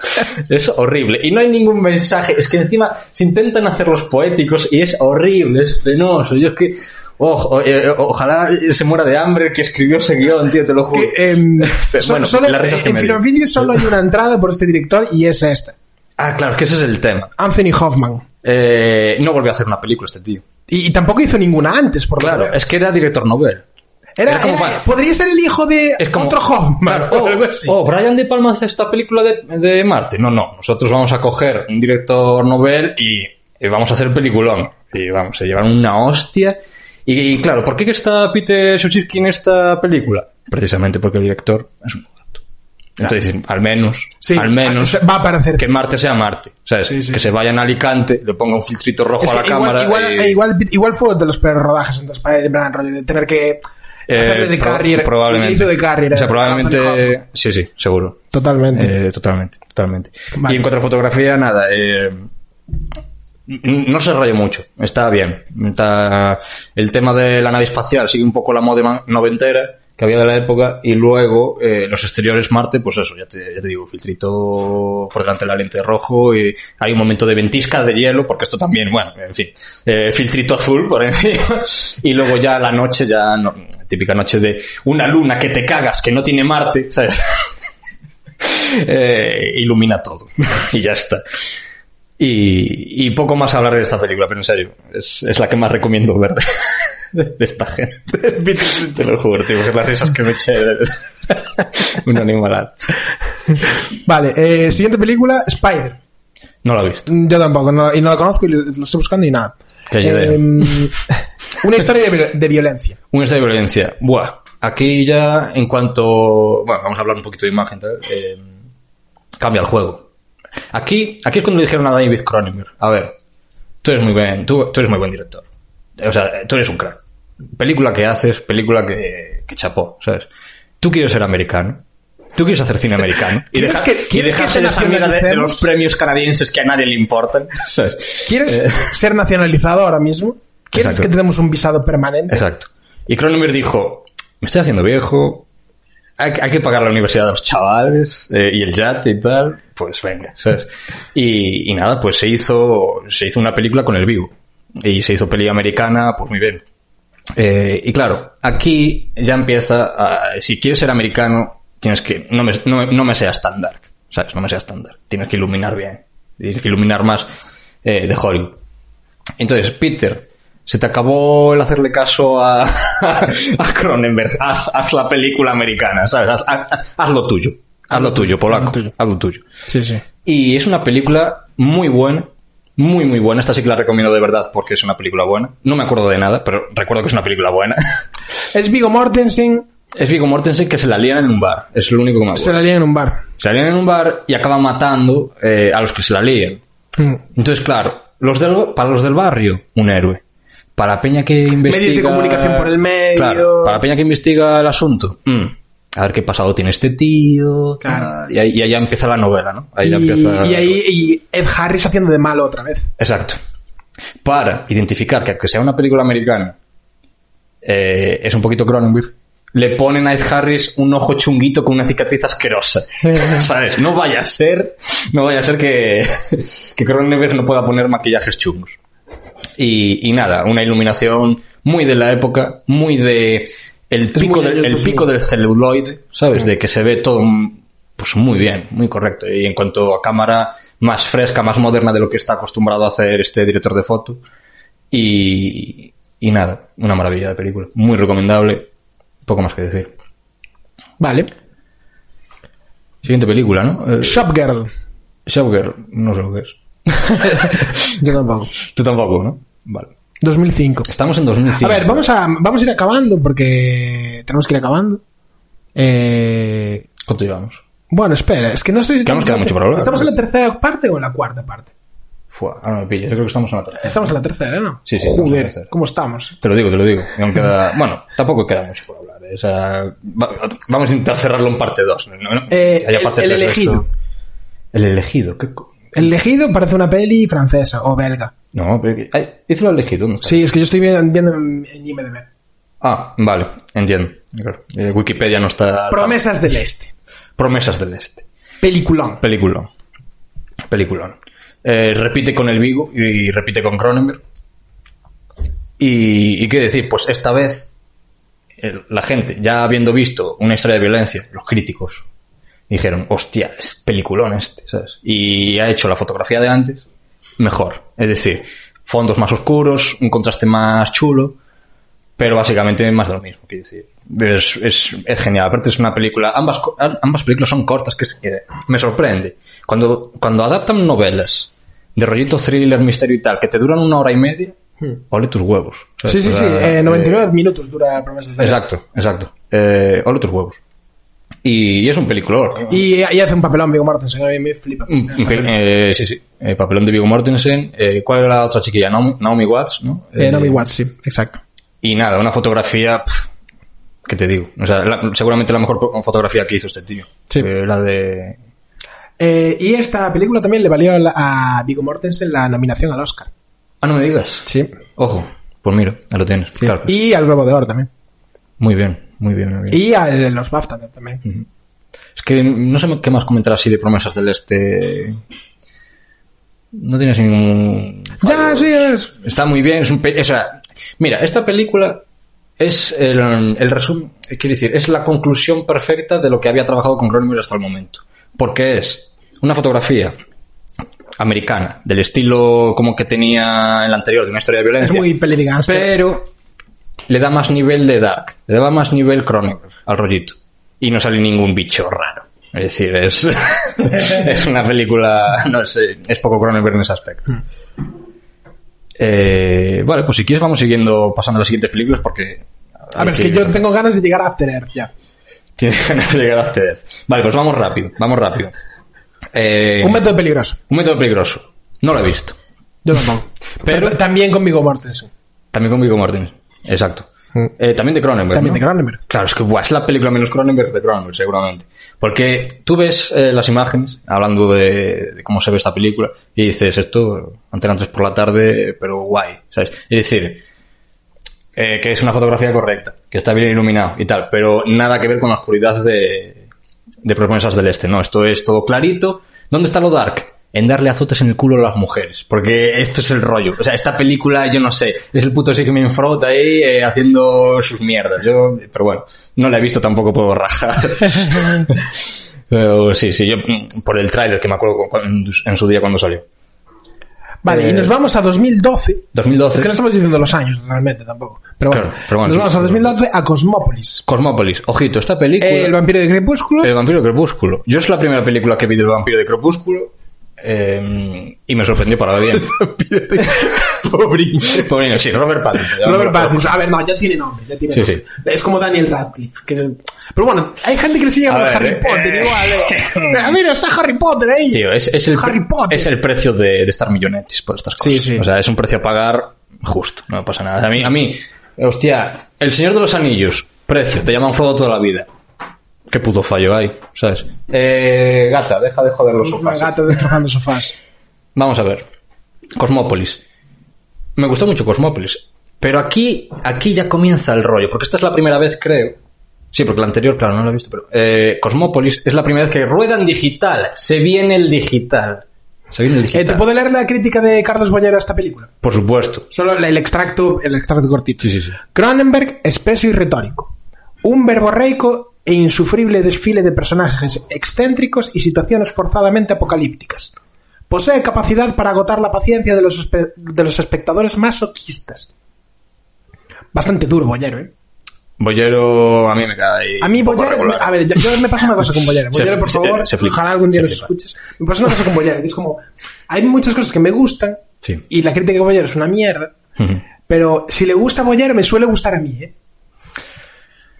B: Es horrible. Y no hay ningún mensaje. Es que encima se intentan hacer los poéticos y es horrible, es penoso. Yo es que. ojo, eh, ojalá se muera de hambre el que escribió ese guión, tío, te lo juro.
A: Que, em,
B: Pero
A: so-
B: bueno,
A: solo,
B: las risas que
A: en
B: me
A: Film
B: dio.
A: Affinity solo hay una entrada por este director y es esta.
B: Ah, claro, es que ese es el tema.
A: Anthony Hoffman.
B: Eh, no volvió a hacer una película este tío.
A: Y, y tampoco hizo ninguna antes, por lo
B: Claro,
A: que veo.
B: es que era director novel.
A: Era-
B: era como
A: era-
B: para-
A: podría ser el hijo de
B: Es como,
A: otro Hoffman
B: Claro,
A: o
B: oh,
A: algo así.
B: oh, Brian De Palma hace esta película de, de Marte. No, no, nosotros vamos a coger un director novel y, y vamos a hacer peliculón. Y vamos, se llevan una hostia. Y, claro, ¿por qué que está Peter Suchitsky en esta película? Precisamente porque el director es un gato. Entonces, al menos,
A: Sí,
B: al menos,
A: va a aparecer.
B: que Marte sea Marte. ¿sabes?
A: Sí, sí.
B: Que se vayan a Alicante, le ponga un filtrito rojo
A: Es
B: a la
A: que
B: cámara.
A: igual, igual,
B: y-
A: eh, igual, igual fue de los peores rodajes entonces para el gran rollo de tener que
B: eh,
A: hacerle de
B: pro-
A: carrier
B: probablemente.
A: hizo de carrier
B: o sea,
A: a- a Manhattan.
B: probablemente. Sí, sí, seguro.
A: totalmente
B: Eh, totalmente, totalmente.
A: Vale.
B: Y en cuanto a fotografía, nada. eh, n- no se rayó mucho, está bien. Está- el tema de la nave espacial sigue un poco la moda man- noventera que había de la época y luego eh, los exteriores Marte, pues eso, ya te, ya te digo, filtrito por delante de la lente rojo y hay un momento de ventisca, de hielo, porque esto también, bueno, en fin, eh, filtrito azul por encima y luego ya la noche, ya no- típica noche de una luna que te cagas, que no tiene Marte, ¿sabes? eh, ilumina todo y ya está. Y, y poco más hablar de esta película, pero en serio, es, es la que más recomiendo ver de, de esta gente. Te lo juro, tío, que las risas que me eché de- un animal.
A: vale eh, siguiente película Spider
B: No lo he visto.
A: Mm, yo tampoco no- y no la conozco y lo lo estoy buscando y nada
B: Que ayude.
A: Eh, una historia de, viol- de violencia
B: Un estado de violencia. Buah, aquí ya en cuanto... Bueno, vamos a hablar un poquito de imagen. tal, eh, cambia el juego. Aquí, aquí es cuando le dijeron a David Cronenberg, a ver, tú eres muy buen, tú, tú eres muy buen director. O sea, tú eres un crack. Película que haces, película que, que chapó, ¿sabes? Tú quieres ser americano. Tú quieres hacer cine americano. Y,
A: ¿Quieres
B: deja-
A: que-
B: y
A: quieres que
B: dejarse
A: te
B: de esa mierda de, de
A: nacionalicemos?
B: los premios canadienses que a nadie le importan, ¿sabes?
A: ¿quieres
B: Eh,
A: ser nacionalizado ahora mismo? ¿quieres
B: Exacto.
A: que te demos un visado permanente?
B: Exacto. Y Cronenberg dijo, me estoy haciendo viejo, hay, hay que pagar la universidad a los chavales eh, y el yate y tal, pues venga, ¿sabes? Y, y nada, pues se hizo, se hizo una película con el vivo. Y se hizo peli americana, pues muy bien. Eh, y claro, aquí ya empieza a- si quieres ser americano, tienes que, no me, no, no me seas tan dark, ¿sabes? No me seas tan dark. Tienes que iluminar bien. Tienes que iluminar más eh, de Hollywood. Entonces, Peter, se te acabó el hacerle caso a, a Cronenberg. Haz, haz la película americana, ¿sabes? Haz, haz- haz lo tuyo. Haz lo tuyo, polaco. Haz lo tuyo.
A: sí sí
B: Y es una película muy buena. Muy, muy buena. Esta sí que la recomiendo de verdad porque es una película buena. No me acuerdo de nada, pero recuerdo que es una película buena.
A: es Vigo Mortensen
B: Es Viggo Mortensen que se la lían en un bar. Es lo único que me
A: se
B: acuerdo.
A: la lían en un bar
B: Se la lían en un bar y acaba matando eh, a los que se la lían.
A: Mm.
B: Entonces, claro, los del- para los del barrio, un héroe. Para la Peña que investiga.
A: de comunicación por el medio.
B: Claro, para la Peña que investiga el asunto. mm, A ver qué pasado tiene este tío. tal,
A: Claro.
B: Y ahí, y ahí ya empieza la novela, ¿no? Ahí ya
A: y,
B: empieza.
A: y ahí y Ed Harris haciendo de malo otra vez
B: Exacto. Para identificar que, aunque sea una película americana, eh, es un poquito Cronenberg, le ponen a Ed Harris un ojo chunguito con una cicatriz asquerosa. ¿Sabes? No vaya a ser, no vaya a ser que, que Cronenberg no pueda poner maquillajes chungos. Y, y nada, una iluminación muy de la época, muy de el
A: Es
B: pico,
A: muy
B: del,
A: años
B: el
A: 2000.
B: pico del celuloide, ¿sabes? De que se ve todo mm, pues muy bien, muy correcto. Y en cuanto a cámara, más fresca, más moderna de lo que está acostumbrado a hacer este director de foto. Y, y nada, una maravilla de película. Muy recomendable, poco más que decir.
A: vale
B: Siguiente película, ¿no? Eh,
A: Shopgirl
B: Shopgirl, no sé lo que es.
A: yo tampoco
B: Tú tampoco, ¿no? Vale.
A: 2005
B: Estamos en 2005.
A: A ver, vamos a, vamos a ir acabando porque tenemos que ir acabando. Eh,
B: ¿Cuánto llevamos?
A: bueno, espera, es que no sé si
B: Que
A: estamos,
B: nos
A: en
B: queda
A: la
B: mucho
A: ter-
B: para hablar.
A: ¿estamos en la tercera parte o en la cuarta parte.
B: Fua, ahora me pillas. Yo creo que estamos en la tercera.
A: Estamos en la tercera, ¿no?
B: Sí, sí, estamos en la
A: Joder,
B: tercera.
A: ¿cómo estamos?
B: Te lo digo, te lo digo. Y aún queda- bueno, tampoco queda mucho por hablar. eh. O sea, va- vamos a intentar cerrarlo en parte 2.
A: Eh, el- el elegido.
B: El elegido, ¿qué co-
A: El elegido parece una peli francesa o belga.
B: No, pero que- ay, hizo el elegido. ¿no?
A: Sí, es que yo estoy vi- viendo en en IMDb.
B: Ah, vale, entiendo. Claro. Eh, Wikipedia no está.
A: Promesas del Este.
B: Promesas del Este.
A: Peliculón.
B: Peliculón. Peliculón. Eh, repite con el Vigo y repite con Cronenberg. Y, y qué decir, pues esta vez el- la gente, ya habiendo visto una historia de violencia, los críticos dijeron, hostia, es peliculón este, ¿sabes? Y ha hecho la fotografía de antes mejor. Es decir, fondos más oscuros, un contraste más chulo, pero básicamente más de lo mismo, quiero decir. Es, es, es genial. Aparte es una película... Ambas, co- ambas películas son cortas, que, es que me sorprende. Cuando, cuando adaptan novelas de rollito thriller, misterio y tal, que te duran una hora y media, ole tus huevos. ¿sabes?
A: Hmm. Sí, sí,
B: Pues, O
A: sí.
B: sea,
A: eh,
B: eh,
A: 99 minutos dura Promesas del Este.
B: Exacto, exacto. Eh, ole tus huevos. Y, y es un peliculor.
A: Y, y hace un papelón, Vigo Mortensen, a mí me flipa.
B: Un- un pel- eh, sí, sí. Eh, papelón de Viggo Mortensen. Eh, ¿Cuál era la otra chiquilla? Naomi, Naomi Watts, ¿no?
A: Eh,
B: Eh,
A: Naomi Watts, sí, exacto.
B: Y nada, una fotografía. pf, ¿Qué te digo? O sea, la- seguramente la mejor po- fotografía que hizo este tío.
A: Sí.
B: Eh, la de.
A: Eh, y esta película también le valió la- a Vigo Mortensen la nominación al Oscar.
B: Ah, no me digas.
A: Sí.
B: Ojo. Pues mira, ya lo tienes.
A: sí.
B: Claro.
A: Y al Globo de Oro también.
B: Muy bien, muy bien, muy bien.
A: Y a los BAFTA también.
B: Es que no sé qué más comentar así de promesas del este. No tienes ningún.
A: Ya, sí, es.
B: Está muy bien, es un pe- o sea, mira, esta película es el, el resumen, quiero decir, es la conclusión perfecta de lo que había trabajado con Cronenberg hasta el momento, porque es una fotografía americana del estilo como que tenía en la anterior de una historia de
A: Es
B: violencia,
A: muy peli de gángster.
B: pero le da más nivel de Dark, le da más nivel Cronenberg al rollito y no sale ningún bicho raro. Es decir, es, es una película, no sé, es poco Cronenberg en ese aspecto.
A: Hmm.
B: Eh, vale, pues si quieres vamos siguiendo pasando a las siguientes películas porque...
A: A ver, es que yo tengo ganas de llegar a After Earth ya.
B: Tienes ganas de llegar a After Earth. Vale, pues vamos rápido, vamos rápido. Eh,
A: Un método peligroso.
B: un método peligroso. No lo he visto.
A: Yo tampoco.
B: Pero-
A: Pero, también con Vigo Mortensen.
B: También con Viggo Mortensen. Exacto.
A: Mm.
B: Eh, también de Cronenberg.
A: También de
B: ¿no?
A: Cronenberg.
B: Claro, es que buah, es la película menos Cronenberg de Cronenberg, seguramente. Porque tú ves eh, las imágenes, hablando de, de cómo se ve esta película, y dices, esto, antena 3 por la tarde, pero guay, ¿sabes? Es decir, eh, que es una fotografía correcta, que está bien iluminado y tal, pero nada que ver con la oscuridad de, de Promesas del Este, ¿no? Esto es todo clarito. ¿Dónde está lo dark? En darle azotes en el culo a las mujeres, porque esto es el rollo. O sea, esta película, yo no sé, es el puto Sigmund Freud ahí eh, haciendo sus mierdas. Yo, pero bueno, no la he visto tampoco puedo rajar. pero sí, sí, yo mm, por el tráiler que me acuerdo cu- cu- en su día cuando salió.
A: Vale,
B: Eh,
A: y nos vamos a 2012.
B: 2012.
A: Es que no estamos diciendo los años realmente tampoco. Pero bueno,
B: Claro, pero
A: nos
B: bueno, sí.
A: vamos a 2012 a Cosmópolis.
B: Cosmópolis, ojito, esta película.
A: El vampiro de Crepúsculo.
B: El vampiro de crepúsculo. Yo es la primera película que vi del vampiro de crepúsculo eh, y me sorprendió para bien. Pobre Pobre, Pues sí, Robert Pattinson.
A: Robert Pattinson. A ver, no, ya tiene nombre. Ya tiene
B: Sí,
A: nombre. Es como Daniel Radcliffe. que- Pero bueno, hay gente que le sigue
B: A
A: con
B: ver,
A: Harry
B: eh.
A: Potter. Igual, eh. Ah, Mira, está Harry Potter ahí.
B: Tío, es, es el, pre-
A: Harry Potter.
B: es el precio de, de estar millonetes por estas cosas.
A: Sí, sí.
B: O sea, es un precio a pagar justo, no pasa nada. A mí, a mí, hostia, El Señor de los Anillos, precio, te llaman Frodo toda la vida. Qué puto fallo hay, ¿sabes? Eh, gata, deja de joder los ¿eh?
A: Es una
B: ojos.
A: gata destrozando sofás.
B: Vamos a ver. Cosmópolis. Me gustó mucho Cosmópolis. Pero aquí, aquí ya comienza el rollo, porque esta es la primera vez, creo. Sí, porque la anterior, claro, no la he visto, pero. eh, Cosmópolis es la primera vez que rueda en digital. Se viene el digital. Se viene el
A: Eh,
B: digital.
A: ¿Te puedo leer la crítica de Carlos Bollero a esta película?
B: Por supuesto.
A: Solo el extracto, el extracto cortito.
B: Sí, sí, sí.
A: Cronenberg, espeso y retórico. Un verborreico e insufrible desfile de personajes excéntricos y situaciones forzadamente apocalípticas. Posee capacidad para agotar la paciencia de los, espe- de los espectadores masoquistas. Bastante duro, Bollero, ¿eh?
B: Bollero a mí me cae.
A: A mí, pues,
B: un poco
A: Bollero.
B: regular.
A: A ver, yo, yo me pasa una cosa con Bollero.
B: Se-
A: Bollero, por
B: se-
A: favor,
B: se flipa,
A: ojalá algún día
B: se
A: nos
B: flipa.
A: escuches. Me pasa una cosa con Bollero, que es como. Hay muchas cosas que me gustan
B: Sí.
A: y la crítica de Bollero es una mierda.
B: Ujú.
A: Pero si le gusta a Boyer, me suele gustar a mí, ¿eh?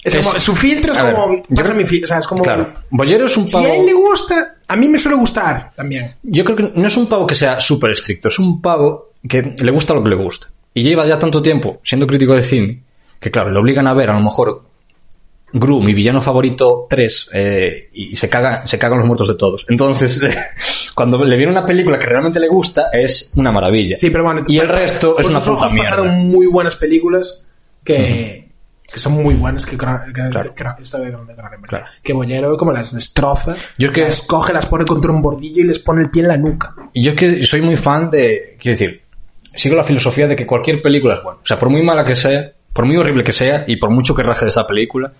A: Es
B: Es-
A: como, su filtro es
B: a ver,
A: como.
B: yo
A: pasa
B: creo-
A: mi fil- o sea, es como.
B: Claro. Bollero es un
A: Si
B: pavo.
A: a él le gusta, a mí me suele gustar también.
B: Yo creo que no es un pavo que sea súper estricto, es un pavo que le gusta lo que le gusta. Y lleva ya tanto tiempo siendo crítico de cine, que claro, le obligan a ver a lo mejor Gru, mi villano favorito 3, eh, y se, caga, se cagan los muertos de todos. Entonces, cuando le viene una película que realmente le gusta, es una maravilla.
A: Sí, pero bueno.
B: Y el
A: por-
B: resto
A: por
B: es una
A: sus
B: puta
A: ojos
B: mierda.
A: pasaron muy buenas películas que. Que son muy buenas, que, Cron- que,
B: Claro.
A: que Cron- esto de Cron- de Cronenberg.
B: Claro.
A: que Bollero como las destroza,
B: Yo es que-
A: las coge, las pone contra un bordillo y les pone el pie en la nuca.
B: Y yo es que soy muy fan de. Quiero decir, sigo la filosofía de que cualquier película es buena. O sea, por muy mala que sea, por muy horrible que sea y por mucho que raje de esa película,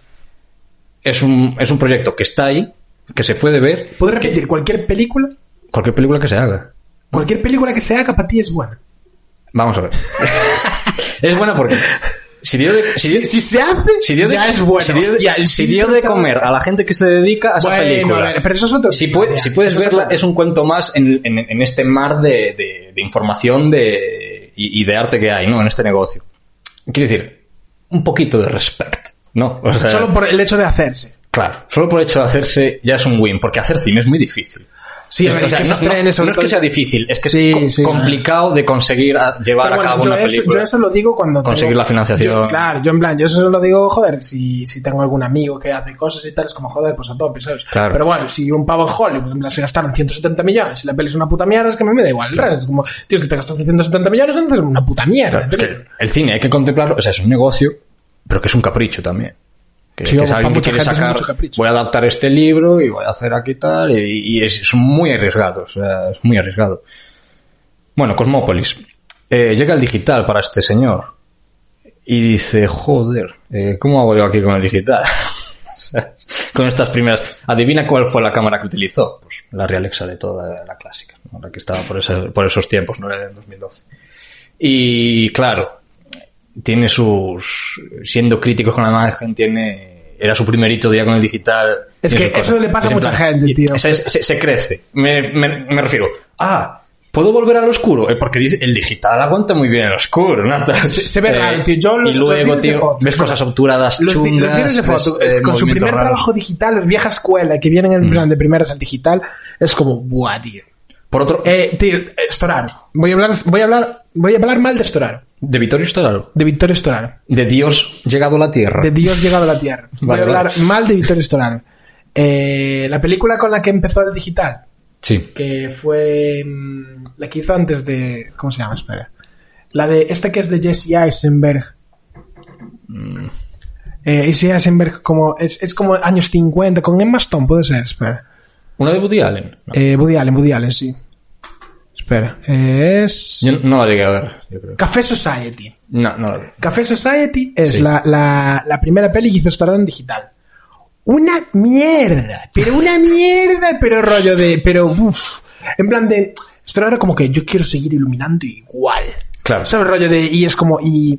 B: es un, es un proyecto que está ahí, que se puede ver.
A: ¿Puedo repetir? Cualquier película,
B: Cualquier película que se haga.
A: cualquier película que se haga para ti es buena.
B: Vamos a ver. es buena porque. Si dio de, si dio-
A: Si, si se hace,
B: si dio de-
A: ya es buena.
B: si dio de-
A: Hostia, el
B: si dio
A: filtro,
B: de
A: chaval.
B: comer a la gente que se dedica a esa
A: Bueno,
B: película.
A: a ver, pero eso es otro
B: si,
A: tema,
B: pue-
A: ya.
B: si puedes
A: Eso es
B: verla,
A: otro tema.
B: es un cuento más en, en- en este mar de, de- de información de, y, y de arte que hay, ¿no? En este negocio. Quiero decir, un poquito de respeto, ¿no? O sea,
A: Solo por el hecho de hacerse.
B: Claro, solo por el hecho de hacerse ya es un win, porque hacer cine es muy difícil.
A: Sí,
B: O
A: a ver,
B: sea,
A: que se
B: no,
A: estrene
B: no-
A: sobre
B: no es
A: todo-
B: que sea difícil, es que
A: Sí,
B: es co-
A: sí.
B: complicado de conseguir a- llevar
A: Pero bueno,
B: a cabo
A: yo,
B: una
A: eso,
B: película.
A: yo eso lo digo cuando
B: Conseguir la financiación.
A: Yo- claro, yo en plan, yo eso lo digo, joder, si, si tengo algún amigo que hace cosas y tal, es como joder, pues a tope, ¿sabes?
B: Claro.
A: Pero bueno, si un pavo en Hollywood en plan, se gastaron 170 millones y la peli es una puta mierda, es que a mí me da igual. el resto. Es como, tío, es que te gastaste 170 millones, entonces es una puta mierda.
B: Claro, es que el cine hay que contemplarlo, o sea, es un negocio, pero que es un capricho también. Que,
A: Sí,
B: que es
A: para
B: alguien que
A: mucha
B: quiere
A: gente es
B: sacar,
A: mucho capricho.
B: voy a adaptar este libro y voy a hacer aquí tal, y, y es, es muy arriesgado, o sea, es muy arriesgado. Bueno, Cosmópolis. Eh, llega el digital para este señor y dice, joder, eh, ¿cómo hago yo aquí con el digital? O sea, con estas primeras. Adivina cuál fue la cámara que utilizó. Pues la Realexa de toda la clásica, ¿no? la que estaba por, esa- por esos tiempos, no era en 2012. Y claro, tiene sus. Siendo críticos con la imagen, tiene. Era su primerito día con el digital.
A: Es
B: tiene
A: que
B: sus
A: eso
B: cosas.
A: le pasa a
B: Es en
A: mucha gente, tío.
B: o sea, es- se, se crece. Me, me- me refiero. Ah, ¿puedo volver al oscuro? Eh, Porque dice- el digital aguanta muy bien el oscuro, ¿no? eh,
A: Se- se ve raro, tío. Yo los- los
B: y luego,
A: vídeos de
B: tío,
A: fotos,
B: ves cosas obturadas,
A: Los, di- los
B: chungas.
A: cines de
B: ves,
A: foto,
B: eh,
A: con su
B: movimientos
A: primer
B: raros. Mm.
A: trabajo digital, los vieja escuela que vienen en plan de primeras al digital, es como, buah, tío.
B: Por otro,
A: Eh, tío, Storaro. Voy a hablar, voy a hablar, voy a hablar mal de Storaro.
B: de Vittorio Storaro.
A: De Victorio Storaro.
B: De Dios llegado a la tierra.
A: De Dios llegado a la Tierra. Voy
B: Vale,
A: a hablar
B: vale.
A: mal de Victorio Storaro. Eh, la película con la que empezó el digital,
B: Sí.
A: que fue mm, la que hizo antes de... ¿Cómo se llama? Espera. La de... Esta que es de Jesse Eisenberg.
B: Mm.
A: Eh, Jesse Eisenberg como... Es, es como años 50, con Emma Stone puede ser, espera.
B: ¿Una de Woody Allen? No.
A: Eh, Woody Allen, Woody Allen, sí. Espera. Eh, es...
B: Yo no la llegué a ver, yo creo.
A: Café Society.
B: No, no la vi.
A: Café Society es
B: Sí.
A: la, la- la primera peli que hizo Stallone en digital. Una mierda, pero una mierda, pero rollo de, pero uff, en plan de, Stallone era como que yo quiero seguir iluminando igual.
B: Claro.
A: ¿Sabes? Rollo de, y es como, y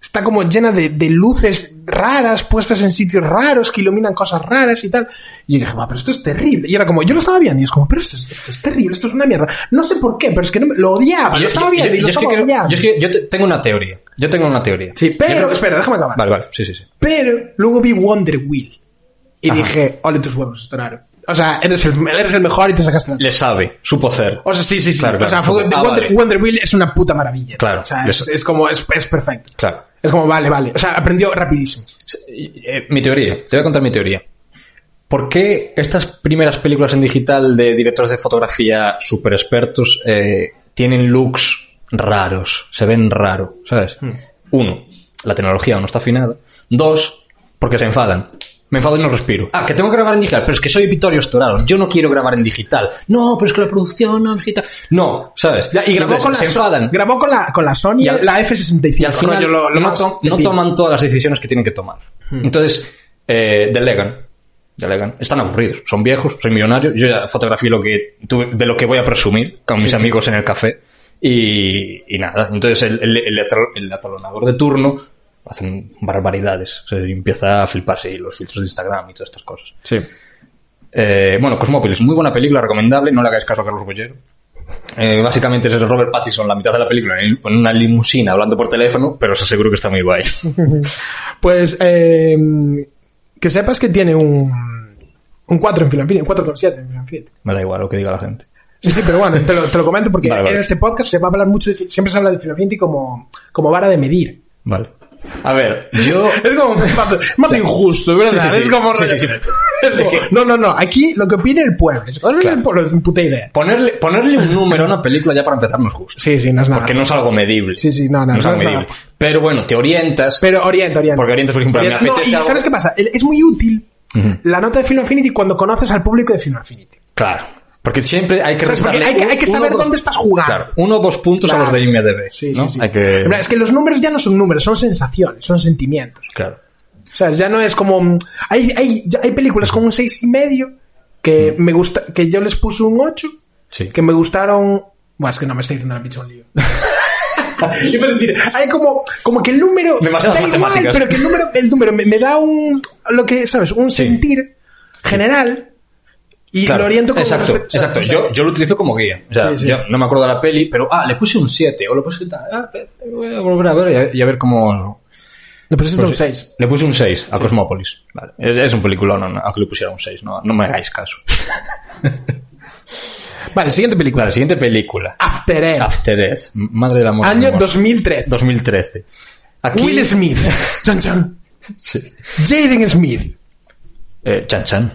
A: está como llena de, de luces raras, puestas en sitios raros, que iluminan cosas raras y tal. Y yo dije, "Buah, pero esto es terrible. Y era como, yo lo estaba viendo, y es como, pero esto es, esto es terrible, esto es una mierda. No sé por qué, pero es que no me- lo odiaba, lo estaba viendo y
B: yo
A: lo
B: es que
A: estaba
B: creo-
A: odiando.
B: yo es que yo te- tengo una teoría. Yo tengo una teoría.
A: Sí, pero,
B: Yo creo-
A: espera, déjame acabar.
B: Vale, vale, sí, sí, sí.
A: Pero luego vi Wonder Wheel. Y
B: Ajá.
A: dije, ole tus huevos, Storaro. O sea, eres el, eres el mejor y te sacaste la...
B: Le sabe, supo hacer.
A: O sea, sí, sí, sí.
B: Claro,
A: o
B: claro.
A: sea, fue-
B: Ah,
A: Wonder,
B: vale.
A: Wonder Wheel es una puta maravilla.
B: Claro.
A: O sea, es,
B: Eso.
A: es como, es, es perfecto.
B: Claro.
A: Es como, vale, vale. O sea, aprendió rapidísimo.
B: Eh, mi teoría, te voy a contar mi teoría. ¿Por qué estas primeras películas en digital de directores de fotografía super expertos eh, tienen looks raros? Se ven raro, ¿sabes? Uno, la tecnología aún no está afinada. Dos, porque se enfadan. Me enfado y no respiro. Ah, que tengo que grabar en digital, pero es que soy Vittorio Storaro. Yo no quiero grabar en digital. No, pero es que la producción no es digital. No, ¿sabes?
A: Ya, y grabó
B: Entonces,
A: con la,
B: se
A: So-
B: enfadan.
A: grabó con la, con la Sony
B: Y al-
A: la F65.
B: Y al final
A: rollo, lo- lo
B: no,
A: más Hmm.
B: to- no
A: pepino.
B: toman todas las decisiones que tienen que tomar. Entonces, eh, delegan. Delegan. Están aburridos. Son viejos, soy millonario. Yo ya fotografié lo que tuve- de lo que voy a presumir con mis amigos en el café. Y, y nada. Entonces el, el- el atro- el atalonador de turno hacen barbaridades. Se empieza a fliparse y los filtros de Instagram y todas estas cosas.
A: Sí.
B: Eh, bueno, Cosmópolis, muy buena película, recomendable. No le hagáis caso a Carlos Bollero. Eh, básicamente es Robert Pattinson la mitad de la película en en una limusina hablando por teléfono, pero os aseguro que está muy guay.
A: Pues, eh, que sepas que tiene un... Un 4 en Film Affinity, un 4,7 en Film Affinity.
B: Me da igual lo que diga la gente.
A: Sí, sí, pero bueno, te lo, te lo comento porque
B: Vale, vale.
A: en este podcast se va a hablar mucho, de, siempre se habla de Filofinti como, como vara de medir.
B: Vale. A ver, yo.
A: Es como más, más injusto, ¿verdad?
B: Sí, sí, sí.
A: Es como...
B: Sí, sí, sí.
A: es como- no, no, no, aquí lo que opina el pueblo. Es como,
B: Claro.
A: el pueblo, es una puta idea.
B: Ponerle, ponerle un número a una película ya para empezar no es justo.
A: Sí, sí, no es nada.
B: Porque no es algo medible.
A: Sí, sí, no, no,
B: No es
A: no
B: algo
A: es nada.
B: medible. Pero bueno, te orientas.
A: Pero orienta, orienta.
B: Porque orientas, por ejemplo, a mí me
A: Orienta- no,
B: apetece
A: y
B: algo-
A: ¿sabes qué pasa? El- Es muy útil la nota de Film Affinity cuando conoces al público de Film Affinity.
B: Claro. Porque siempre hay que
A: O sea, porque
B: restarle
A: hay que- hay que
B: uno o
A: saber dónde estás jugando.
B: Claro, uno o dos puntos
A: Claro.
B: a los de IMDB.
A: Sí,
B: ¿no?
A: sí, sí.
B: Hay que-
A: En plan, Es que los números ya no son números, son sensaciones, son sentimientos.
B: Claro.
A: O sea, ya no es como. mm, Hay, hay, ya hay películas con un seis y medio que me gusta. que yo les puse un 8,
B: Mm. Sí.
A: que me gustaron. Bueno, es que no me estoy diciendo la pinche un lío. Iba a decir, hay como, como que el número.
B: Demasiadas
A: da igual,
B: matemáticas.
A: pero que el número, el número me, me da un. lo que, ¿sabes? Un sentir general. Y
B: Claro,
A: lo oriento como.
B: Exacto, exacto. Yo, yo lo utilizo como guía. O sea,
A: Sí, sí.
B: yo no me acuerdo de la peli, pero ah, le puse un 7 o le puse tal. Ah, pe- voy a volver a ver y a, y a ver cómo.
A: Le pusiste un 6.
B: Le puse un 6 a Cosmópolis. Vale. Es, es un película, no, no, aunque le pusiera un 6. No, no me hagáis caso.
A: Vale, siguiente película.
B: La siguiente película.
A: After Earth.
B: After Earth. Madre del amor.
A: Año
B: hermoso.
A: 2003.
B: 2013. Aquí,
A: Will Smith. Chan Chan.
B: Sí.
A: Jaden Smith.
B: Eh, chan Chan.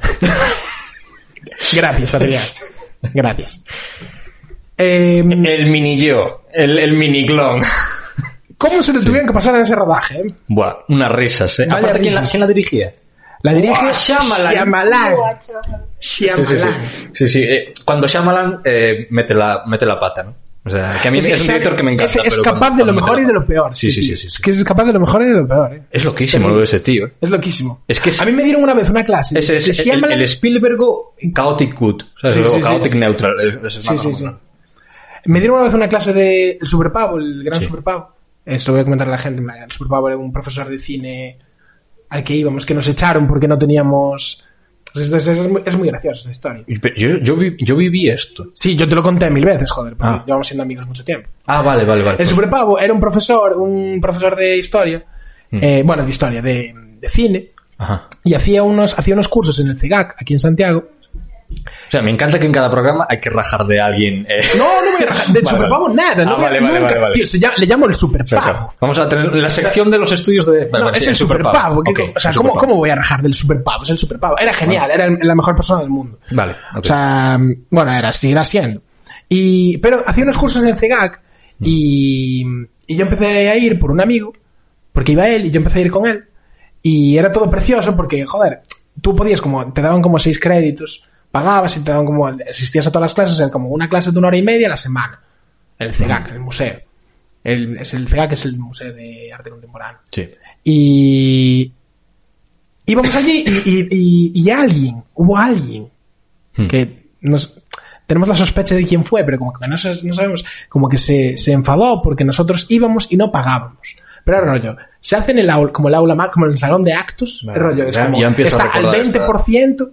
A: Gracias, Adrián. Gracias. Eh,
B: El mini yo. El, el mini clon.
A: ¿Cómo se le tuvieron que pasar en ese rodaje? eh?
B: Buah, unas risas, ¿eh?
A: Vaya
B: Aparte, ¿quién la,
A: risas.
B: quién la dirigía?
A: La dirige
B: Buah, Ah, Shyamalan.
A: Shyamalan.
B: Sí, sí, sí.
A: Shyamalan.
B: Sí, sí, eh, cuando Shyamalan eh, mete, la, mete la pata, ¿no? O sea, que a mí es,
A: que
B: un
A: Shyam-
B: director que me encanta.
A: Es, es
B: pero
A: capaz
B: cuando-
A: de lo
B: cuando mete
A: mejor y
B: la
A: de lo
B: pata.
A: peor.
B: Sí, sí,
A: tío.
B: sí. sí,
A: Es
B: sí.
A: que es capaz de lo mejor y de lo peor. eh.
B: Es
A: terrible.
B: loquísimo lo de ese tío. ¿eh?
A: Es loquísimo.
B: Es que es-
A: a mí me dieron una vez una clase.
B: Ese es
A: de
B: el,
A: Shyamalan.
B: el Spielbergo Chaotic Good. ¿sabes?
A: Sí,
B: Luego
A: sí, sí,
B: chaotic
A: sí.
B: Neutral. es- es
A: Sí,
B: más
A: sí,
B: como
A: sí.
B: una-
A: Me dieron una vez una clase de el superpavo, el gran
B: Sí.
A: superpavo. Eh, se lo voy a comentar a la gente. en plan, El superpavo era un profesor de cine al que íbamos, que nos echaron porque no teníamos... Es, es- es muy, es muy graciosa esa historia.
B: Y- pero Yo, yo, vi- yo viví esto.
A: Sí, yo te lo conté mil veces, joder, porque
B: Ah.
A: llevamos siendo amigos mucho tiempo.
B: Ah, vale, vale, vale.
A: El superpavo era un profesor, un profesor de historia,
B: Mm.
A: eh, bueno, de historia, de, de cine,
B: Ajá.
A: y hacía unos, hacía unos cursos en el CEGAC, aquí en Santiago.
B: O sea, me encanta que en cada programa hay que rajar de alguien. eh.
A: No, no voy a rajar, del
B: Vale,
A: superpavo
B: vale.
A: nada, no
B: Ah,
A: voy a-
B: vale, vale,
A: nunca,
B: vale, vale. Certo.
A: tío, se llama- le llamo el
B: O sea,
A: superpavo.
B: claro. Vamos a tener la sección de los estudios de. vale,
A: No,
B: vale,
A: es
B: sí,
A: el superpavo. ¿qué
B: Ok,
A: co- o sea,
B: el
A: ¿cómo,
B: superpavo.
A: ¿cómo voy a rajar del superpavo? Es el superpavo. Era genial, era el- la mejor persona del mundo.
B: Vale, ok.
A: O sea, bueno, era, seguirá siendo. Y, pero hacía unos cursos en el E CEGAC y, y yo empecé a ir por un amigo, porque iba él y yo empecé a ir con él. Y era todo precioso porque, joder, tú podías como, te daban como seis créditos, pagabas y te daban como, asistías a todas las clases, era como una clase de una hora y media a la semana. El E CEGAC, el museo. El, es el E CEGAC es el Museo de Arte Contemporáneo.
B: Sí.
A: Y íbamos allí y, y- y- y alguien, hubo alguien
B: Hmm.
A: que nos... Tenemos la sospecha de quién fue, pero como que no, sa- no sabemos, como que se, se enfadó porque nosotros íbamos y no pagábamos. Pero ahora rollo, se hace en el aula, como el aula más, como en el salón de actos,
B: Vale,
A: rollo, es
B: ya-
A: como,
B: ya empiezo a
A: está al
B: recordar
A: 20%,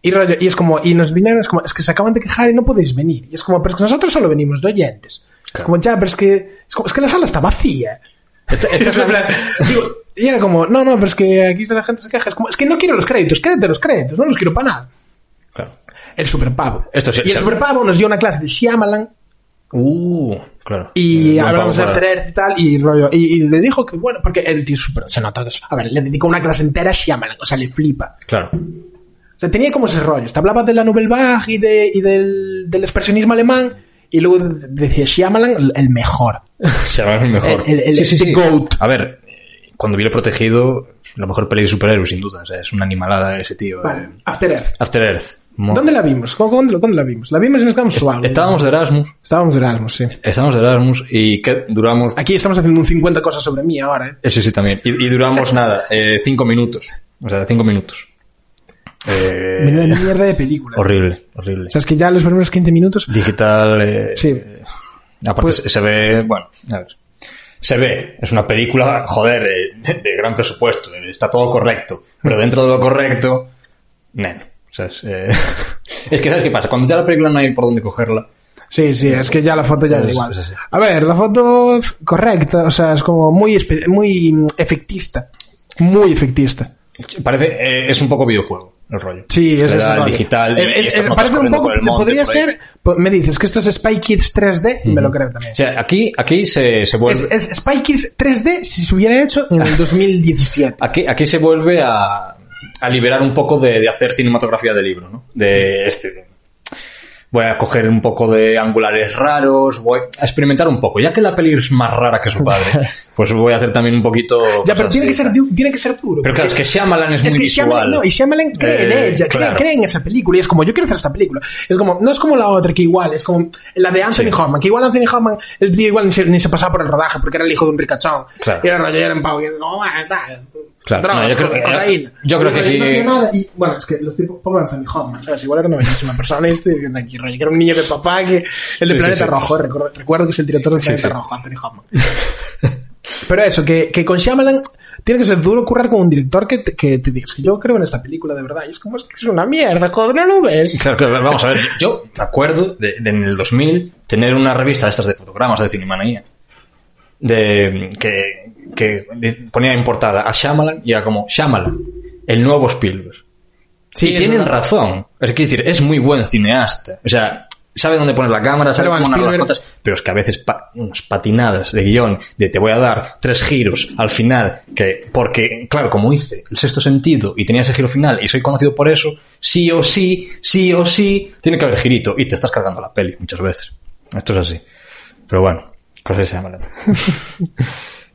A: y rollo, y es como, y nos vinieron, es como, es que se acaban de quejar y no podéis venir. Y es como, pero es que nosotros solo venimos de oyentes.
B: Claro.
A: Como ya, pero es que, es, como, es que la sala está vacía.
B: esta es la-
A: En plan, digo, y era como, no, no, pero es que aquí la gente se queja. Es como, es que no quiero los créditos, quédate los créditos, no los quiero para nada.
B: Claro.
A: El superpavo.
B: Esto sí-
A: y el
B: sí.
A: superpavo nos dio una clase de Shyamalan
B: Uh, claro.
A: y
B: Buen
A: hablamos de
B: pavo
A: After
B: para-
A: Earth y tal, y rollo. Y, y le dijo que bueno, porque el tío es super, se nota. que es- A ver, le dedicó una clase entera a Shyamalan, o sea, le flipa.
B: Claro.
A: O sea, tenía como ese rollo. Te hablaba de la Nouvelle Vague y, de, y del, del expresionismo alemán, y luego de- decía Shyamalan, el- el mejor.
B: Se va a ver mejor.
A: El- el- el- the goat.
B: A ver, eh, cuando vi el protegido, la mejor peli de superhéroes, sin duda. O sea, es una animalada ese tío. eh.
A: Vale, After Earth.
B: After Earth. Mo-
A: ¿Dónde la vimos? ¿Cómo- ¿Dónde, dónde la vimos? La vimos y nos quedamos suaves.
B: Estábamos de Erasmus.
A: Estábamos de Erasmus, sí.
B: Estábamos de Erasmus y que duramos.
A: Aquí estamos haciendo un 50 cosas sobre mí ahora, ¿eh?
B: Ese sí también. Y, y duramos nada, eh, cinco minutos. O sea, cinco minutos. Eh,
A: Menuda mierda de película.
B: horrible, horrible.
A: O sea, es que ya los primeros 15 minutos...
B: Digital. eh,
A: Sí.
B: Aparte,
A: Pues-
B: se- se ve, bueno, a ver. Se ve, es una película, joder, eh, de, de gran presupuesto, eh, está todo correcto, pero dentro de lo correcto, nen. ¿sabes? Eh, es que, ¿sabes qué pasa? Cuando ya la película no hay por dónde cogerla,
A: Sí, sí, es que ya la foto ya da
B: Es-
A: igual.
B: es Pues, así.
A: A ver, la foto f- correcta, o sea, es como muy, espe- muy mm, efectista. Muy efectista.
B: parece, eh, es un poco videojuego el rollo.
A: Sí, es
B: Le
A: eso.
B: da
A: rollo.
B: digital. y
A: Eh, es-
B: esto
A: es-
B: no
A: parece
B: estás
A: un
B: corriendo
A: poco...
B: por el monte,
A: podría
B: por ahí.
A: ser... po- Me dices que esto es Spy Kids 3D y me lo creo también.
B: O sea, aquí, aquí se, se vuelve.
A: Es, es Spy Kids 3D si se hubiera hecho en el 2017.
B: Aquí, aquí se vuelve a, a liberar un poco de, de hacer cinematografía de libro, ¿no? De este. Voy a coger un poco de angulares raros, voy a experimentar un poco. Ya que la peli es más rara que su padre, pues voy a hacer también un poquito.
A: Ya, pero
B: cosas
A: tiene que,
B: pues así.
A: ser, du- tiene que ser duro.
B: Pero claro, es que Shyamalan es,
A: Es
B: muy
A: que
B: visual.
A: Shyamalan, no, y Shyamalan cree en
B: Eh,
A: ella, cree-
B: claro.
A: cree, en esa película. Y es como, yo quiero hacer esta película. Es como, no es como la otra, que igual, es como la de Anthony
B: Sí.
A: Hoffman, que igual Anthony Hoffman, el tío igual ni se, ni se pasaba por el rodaje porque era el hijo de un ricachón.
B: Claro.
A: Y era rollo, era en pavo, y era como, ah, tal.
B: Claro.
A: Drogas,
B: No, yo creo-
A: co-
B: eh,
A: cocaína.
B: yo creo
A: Y
B: que
A: rollo,
B: aquí-
A: no hacía nada, y, bueno, es que los tipos, pobre Anthony Hoffman, ¿sabes? Igual era una bellísima persona este, de aquí, rollo, que era un niño de papá, que el de
B: sí,
A: Planeta
B: sí.
A: Rojo, recuerdo, recuerdo que es el director del
B: Sí,
A: Planeta
B: sí.
A: Rojo, Anthony Hoffman. Pero eso, que, que con Shyamalan tiene que ser duro currar con un director que te, que te digas que yo creo en esta película de verdad. Y es como, es que es una mierda, joder, no lo ves.
B: Claro, claro, vamos a ver. Yo me acuerdo de, de en el 2000 tener una revista de estas de fotogramas de Cinemanía. de, que, que de- ponía en portada a Shyamalan y era como Shyamalan, el nuevo Spielberg.
A: Sí,
B: y
A: es
B: tienen
A: verdad.
B: razón. Es que decir, es muy buen cineasta. O sea, sabe dónde poner la cámara, sabe
A: Pero Van
B: cómo narrar las
A: Spielberg-
B: cosas, pero es que a veces pa- unas patinadas de guión, de te voy a dar tres giros al final, que porque, claro, como hice el sexto sentido y tenía ese giro final y soy conocido por eso, sí o sí, sí o sí, tiene que haber girito y te estás cargando la peli muchas veces. Esto es así. Pero bueno, cosas que se llaman.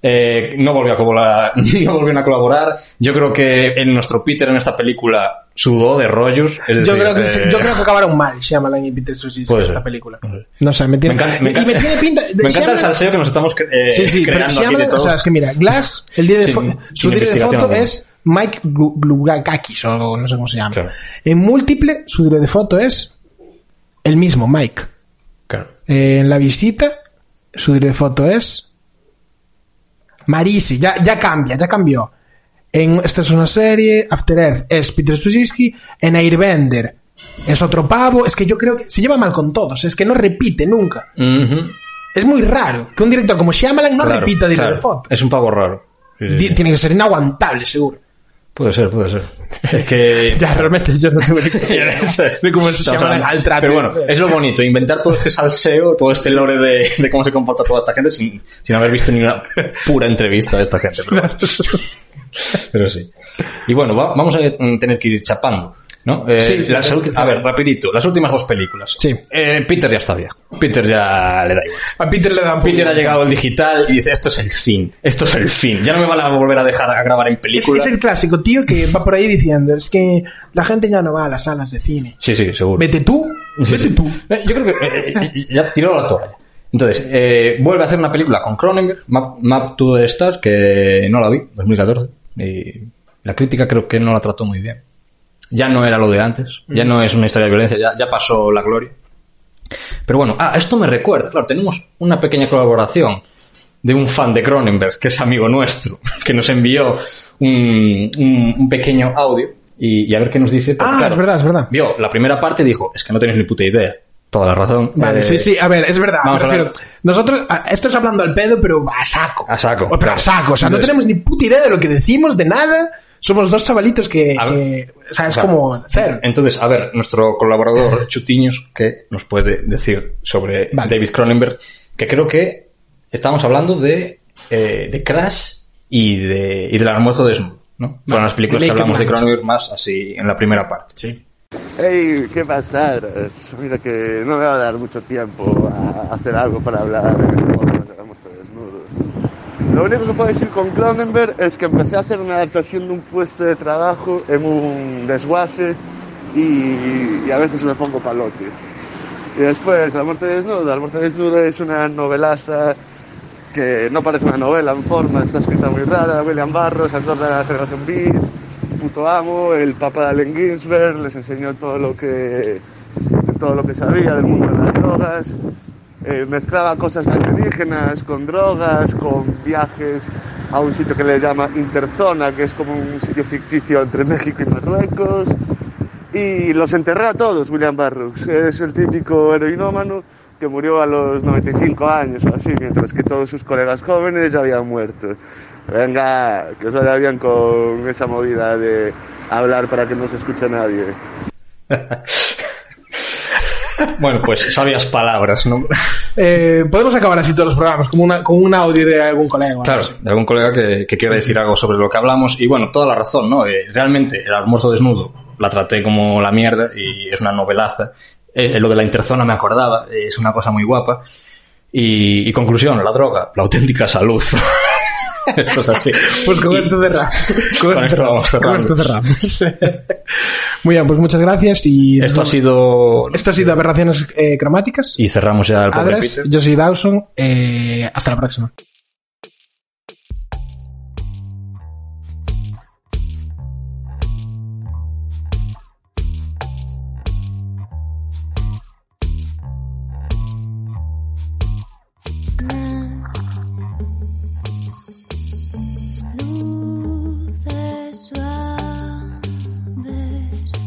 B: Eh, no volvió a colaborar, no volvieron a colaborar. Yo creo que en nuestro Peter en esta película sudó de rollos. Es
A: yo,
B: decir,
A: creo que,
B: eh,
A: yo creo que acabaron mal Shyamalan y Peter Sussis en
B: Puede
A: esta
B: ser.
A: película.
B: No sé.
A: No sé, me
B: me
A: tiene,
B: encanta, me
A: y
B: encanta-
A: me tiene pinta. de-
B: me encanta el
A: Shyamalan-
B: salseo que nos estamos cre- eh,
A: Sí, sí, pero
B: creando aquí de
A: Shyamalan- o
B: todos.
A: sea, es que mira, Glass, el día de
B: Sin-
A: fo-
B: sin
A: su director de
B: investigación
A: foto
B: alguna.
A: es Mike Glu- Glugakakis o algo, no sé cómo se llama.
B: Claro.
A: En múltiple, su director de foto es el mismo, Mike.
B: Claro.
A: Eh, en la visita, su director de foto es Marisi, ya, ya cambia, ya cambió. En esta es una serie, After Earth es Peter Suzinski, en Airbender es otro pavo, es que yo creo que se lleva mal con todos, es que no repite nunca.
B: Ujú.
A: Es muy raro que un director como Shyamalan no
B: Claro,
A: repita director
B: claro.
A: de foto.
B: Es un pavo raro. Sí, sí,
A: Ti-
B: sí.
A: Tiene que ser inaguantable, seguro.
B: Puede ser, puede ser. Es que.
A: Ya, realmente yo no tengo idea de cómo se
B: Estamos
A: llama
B: hablando.
A: al trato.
B: Pero bueno, es lo bonito, inventar todo este salseo, todo este lore de, de cómo se comporta toda esta gente sin, sin haber visto ni una pura entrevista de esta gente. Pero, bueno. Pero sí. Y bueno, va- vamos a mm, tener que ir chapando. ¿No? Eh,
A: Sí, sí,
B: las
A: tenemos
B: ulti-
A: que
B: a ver,
A: cerrar.
B: rapidito, las últimas dos películas.
A: Sí.
B: Eh, Peter ya está viejo. Peter ya le da igual.
A: A Peter le dan
B: Peter ha llegado al digital y dice, esto es el fin, esto es el fin. Ya no me van a volver a dejar a grabar en
A: Es,
B: películas.
A: es el clásico tío que va por ahí diciendo, es que la gente ya no va a las salas de cine.
B: Sí, sí, seguro.
A: Vete tú,
B: Sí,
A: vete
B: sí.
A: tú.
B: Eh, Yo creo que eh, eh, ya tiró la toalla. Entonces, eh, vuelve a hacer una película con Cronenberg, Map, Map to the Stars, que no la vi, 2014. Y la crítica creo que no la trató muy bien. Ya no era lo de antes, ya no es una historia de violencia, ya, ya pasó la gloria. Pero bueno, ah, esto me recuerda, claro, tenemos una pequeña colaboración de un fan de Cronenberg, que es amigo nuestro, que nos envió un, un- un pequeño audio y, y a ver qué nos dice. porque,
A: Ah, es verdad, es verdad.
B: Vio la primera parte y dijo, es que no tenéis ni puta idea. Toda la razón.
A: Vale,
B: Eh,
A: sí, sí, a ver, es verdad.
B: vamos
A: me
B: a
A: refiero-
B: hablar.
A: nosotros, a- esto es hablando al pedo, pero a saco.
B: A saco,
A: O- pero
B: claro.
A: a saco, o sea, no
B: Entonces-
A: tenemos ni puta idea de lo que decimos, de nada. Somos dos chavalitos que,
B: A ver.
A: que- o sea, es
B: o sea,
A: como cero.
B: Entonces, a ver, nuestro colaborador Chutiños, ¿qué nos puede decir sobre
A: Vale.
B: David Cronenberg? Que creo que estamos hablando de, eh, de Crash y, de, y del almuerzo desnudo, ¿no? Fueron las películas
A: The
B: que
A: Naked
B: hablamos de
A: Lunch.
B: Cronenberg más así en la primera parte.
A: Sí.
C: Ey, ¿qué pasa? Mira que no me va a dar mucho tiempo a hacer algo para hablar en el podcast, vamos a desnudos. Lo único que puedo decir con Cronenberg es que empecé a hacer una adaptación de un puesto de trabajo en un desguace y, y a veces me pongo palote. Y después, La muerte desnuda. La muerte desnuda es una novelaza que no parece una novela en forma, está escrita muy rara, William Barros, autor de la Generación Beat, puto amo, el papá de Allen Ginsberg, les enseñó todo lo que todo lo que sabía del mundo de las drogas, eh, mezclaba cosas de alienígenas con drogas, con viajes a un sitio que le llama Interzona, que es como un sitio ficticio entre México y Marruecos, y los enterró a todos, William Burroughs. Es el típico heroinómano que murió a los 95 años o así, mientras que todos sus colegas jóvenes ya habían muerto. Venga, que os vaya bien con esa movida de hablar para que no se escuche nadie.
B: Bueno, pues sabias palabras, ¿no?
A: Eh, podemos acabar así todos los programas, como una, con un audio de algún colega.
B: Claro, de algún colega que, que quiera decir algo sobre lo que hablamos. Y bueno, toda la razón, ¿no? Eh, realmente, el almuerzo desnudo la traté como la mierda y es una novelaza. Eh, lo de la interzona me acordaba, eh, es una cosa muy guapa. Y, y conclusión, la droga, la auténtica salud. esto es así.
A: Pues con
B: Y-
A: esto cerramos.
B: Con esto vamos
A: Con
B: cerrando.
A: esto cerramos. Muy bien, pues muchas gracias y...
B: Esto ha sido...
A: Esto ha sido Aberraciones eh, Cromáticas.
B: Y cerramos ya el pobre
A: Adres,
B: Peter.
A: yo soy Dawson. eh, hasta la próxima.
D: Luces suaves nos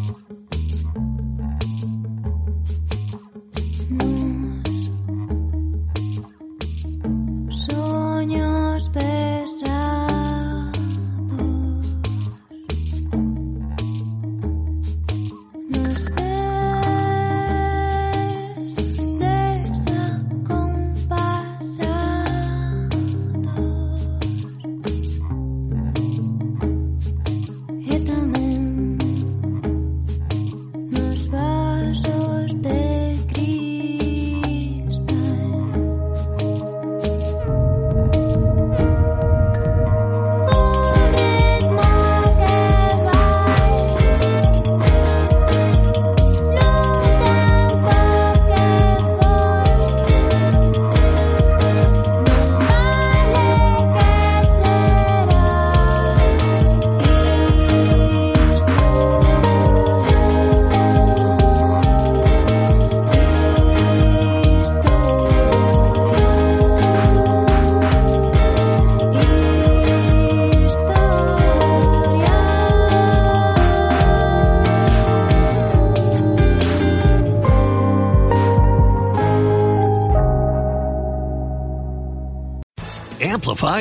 E: Amplify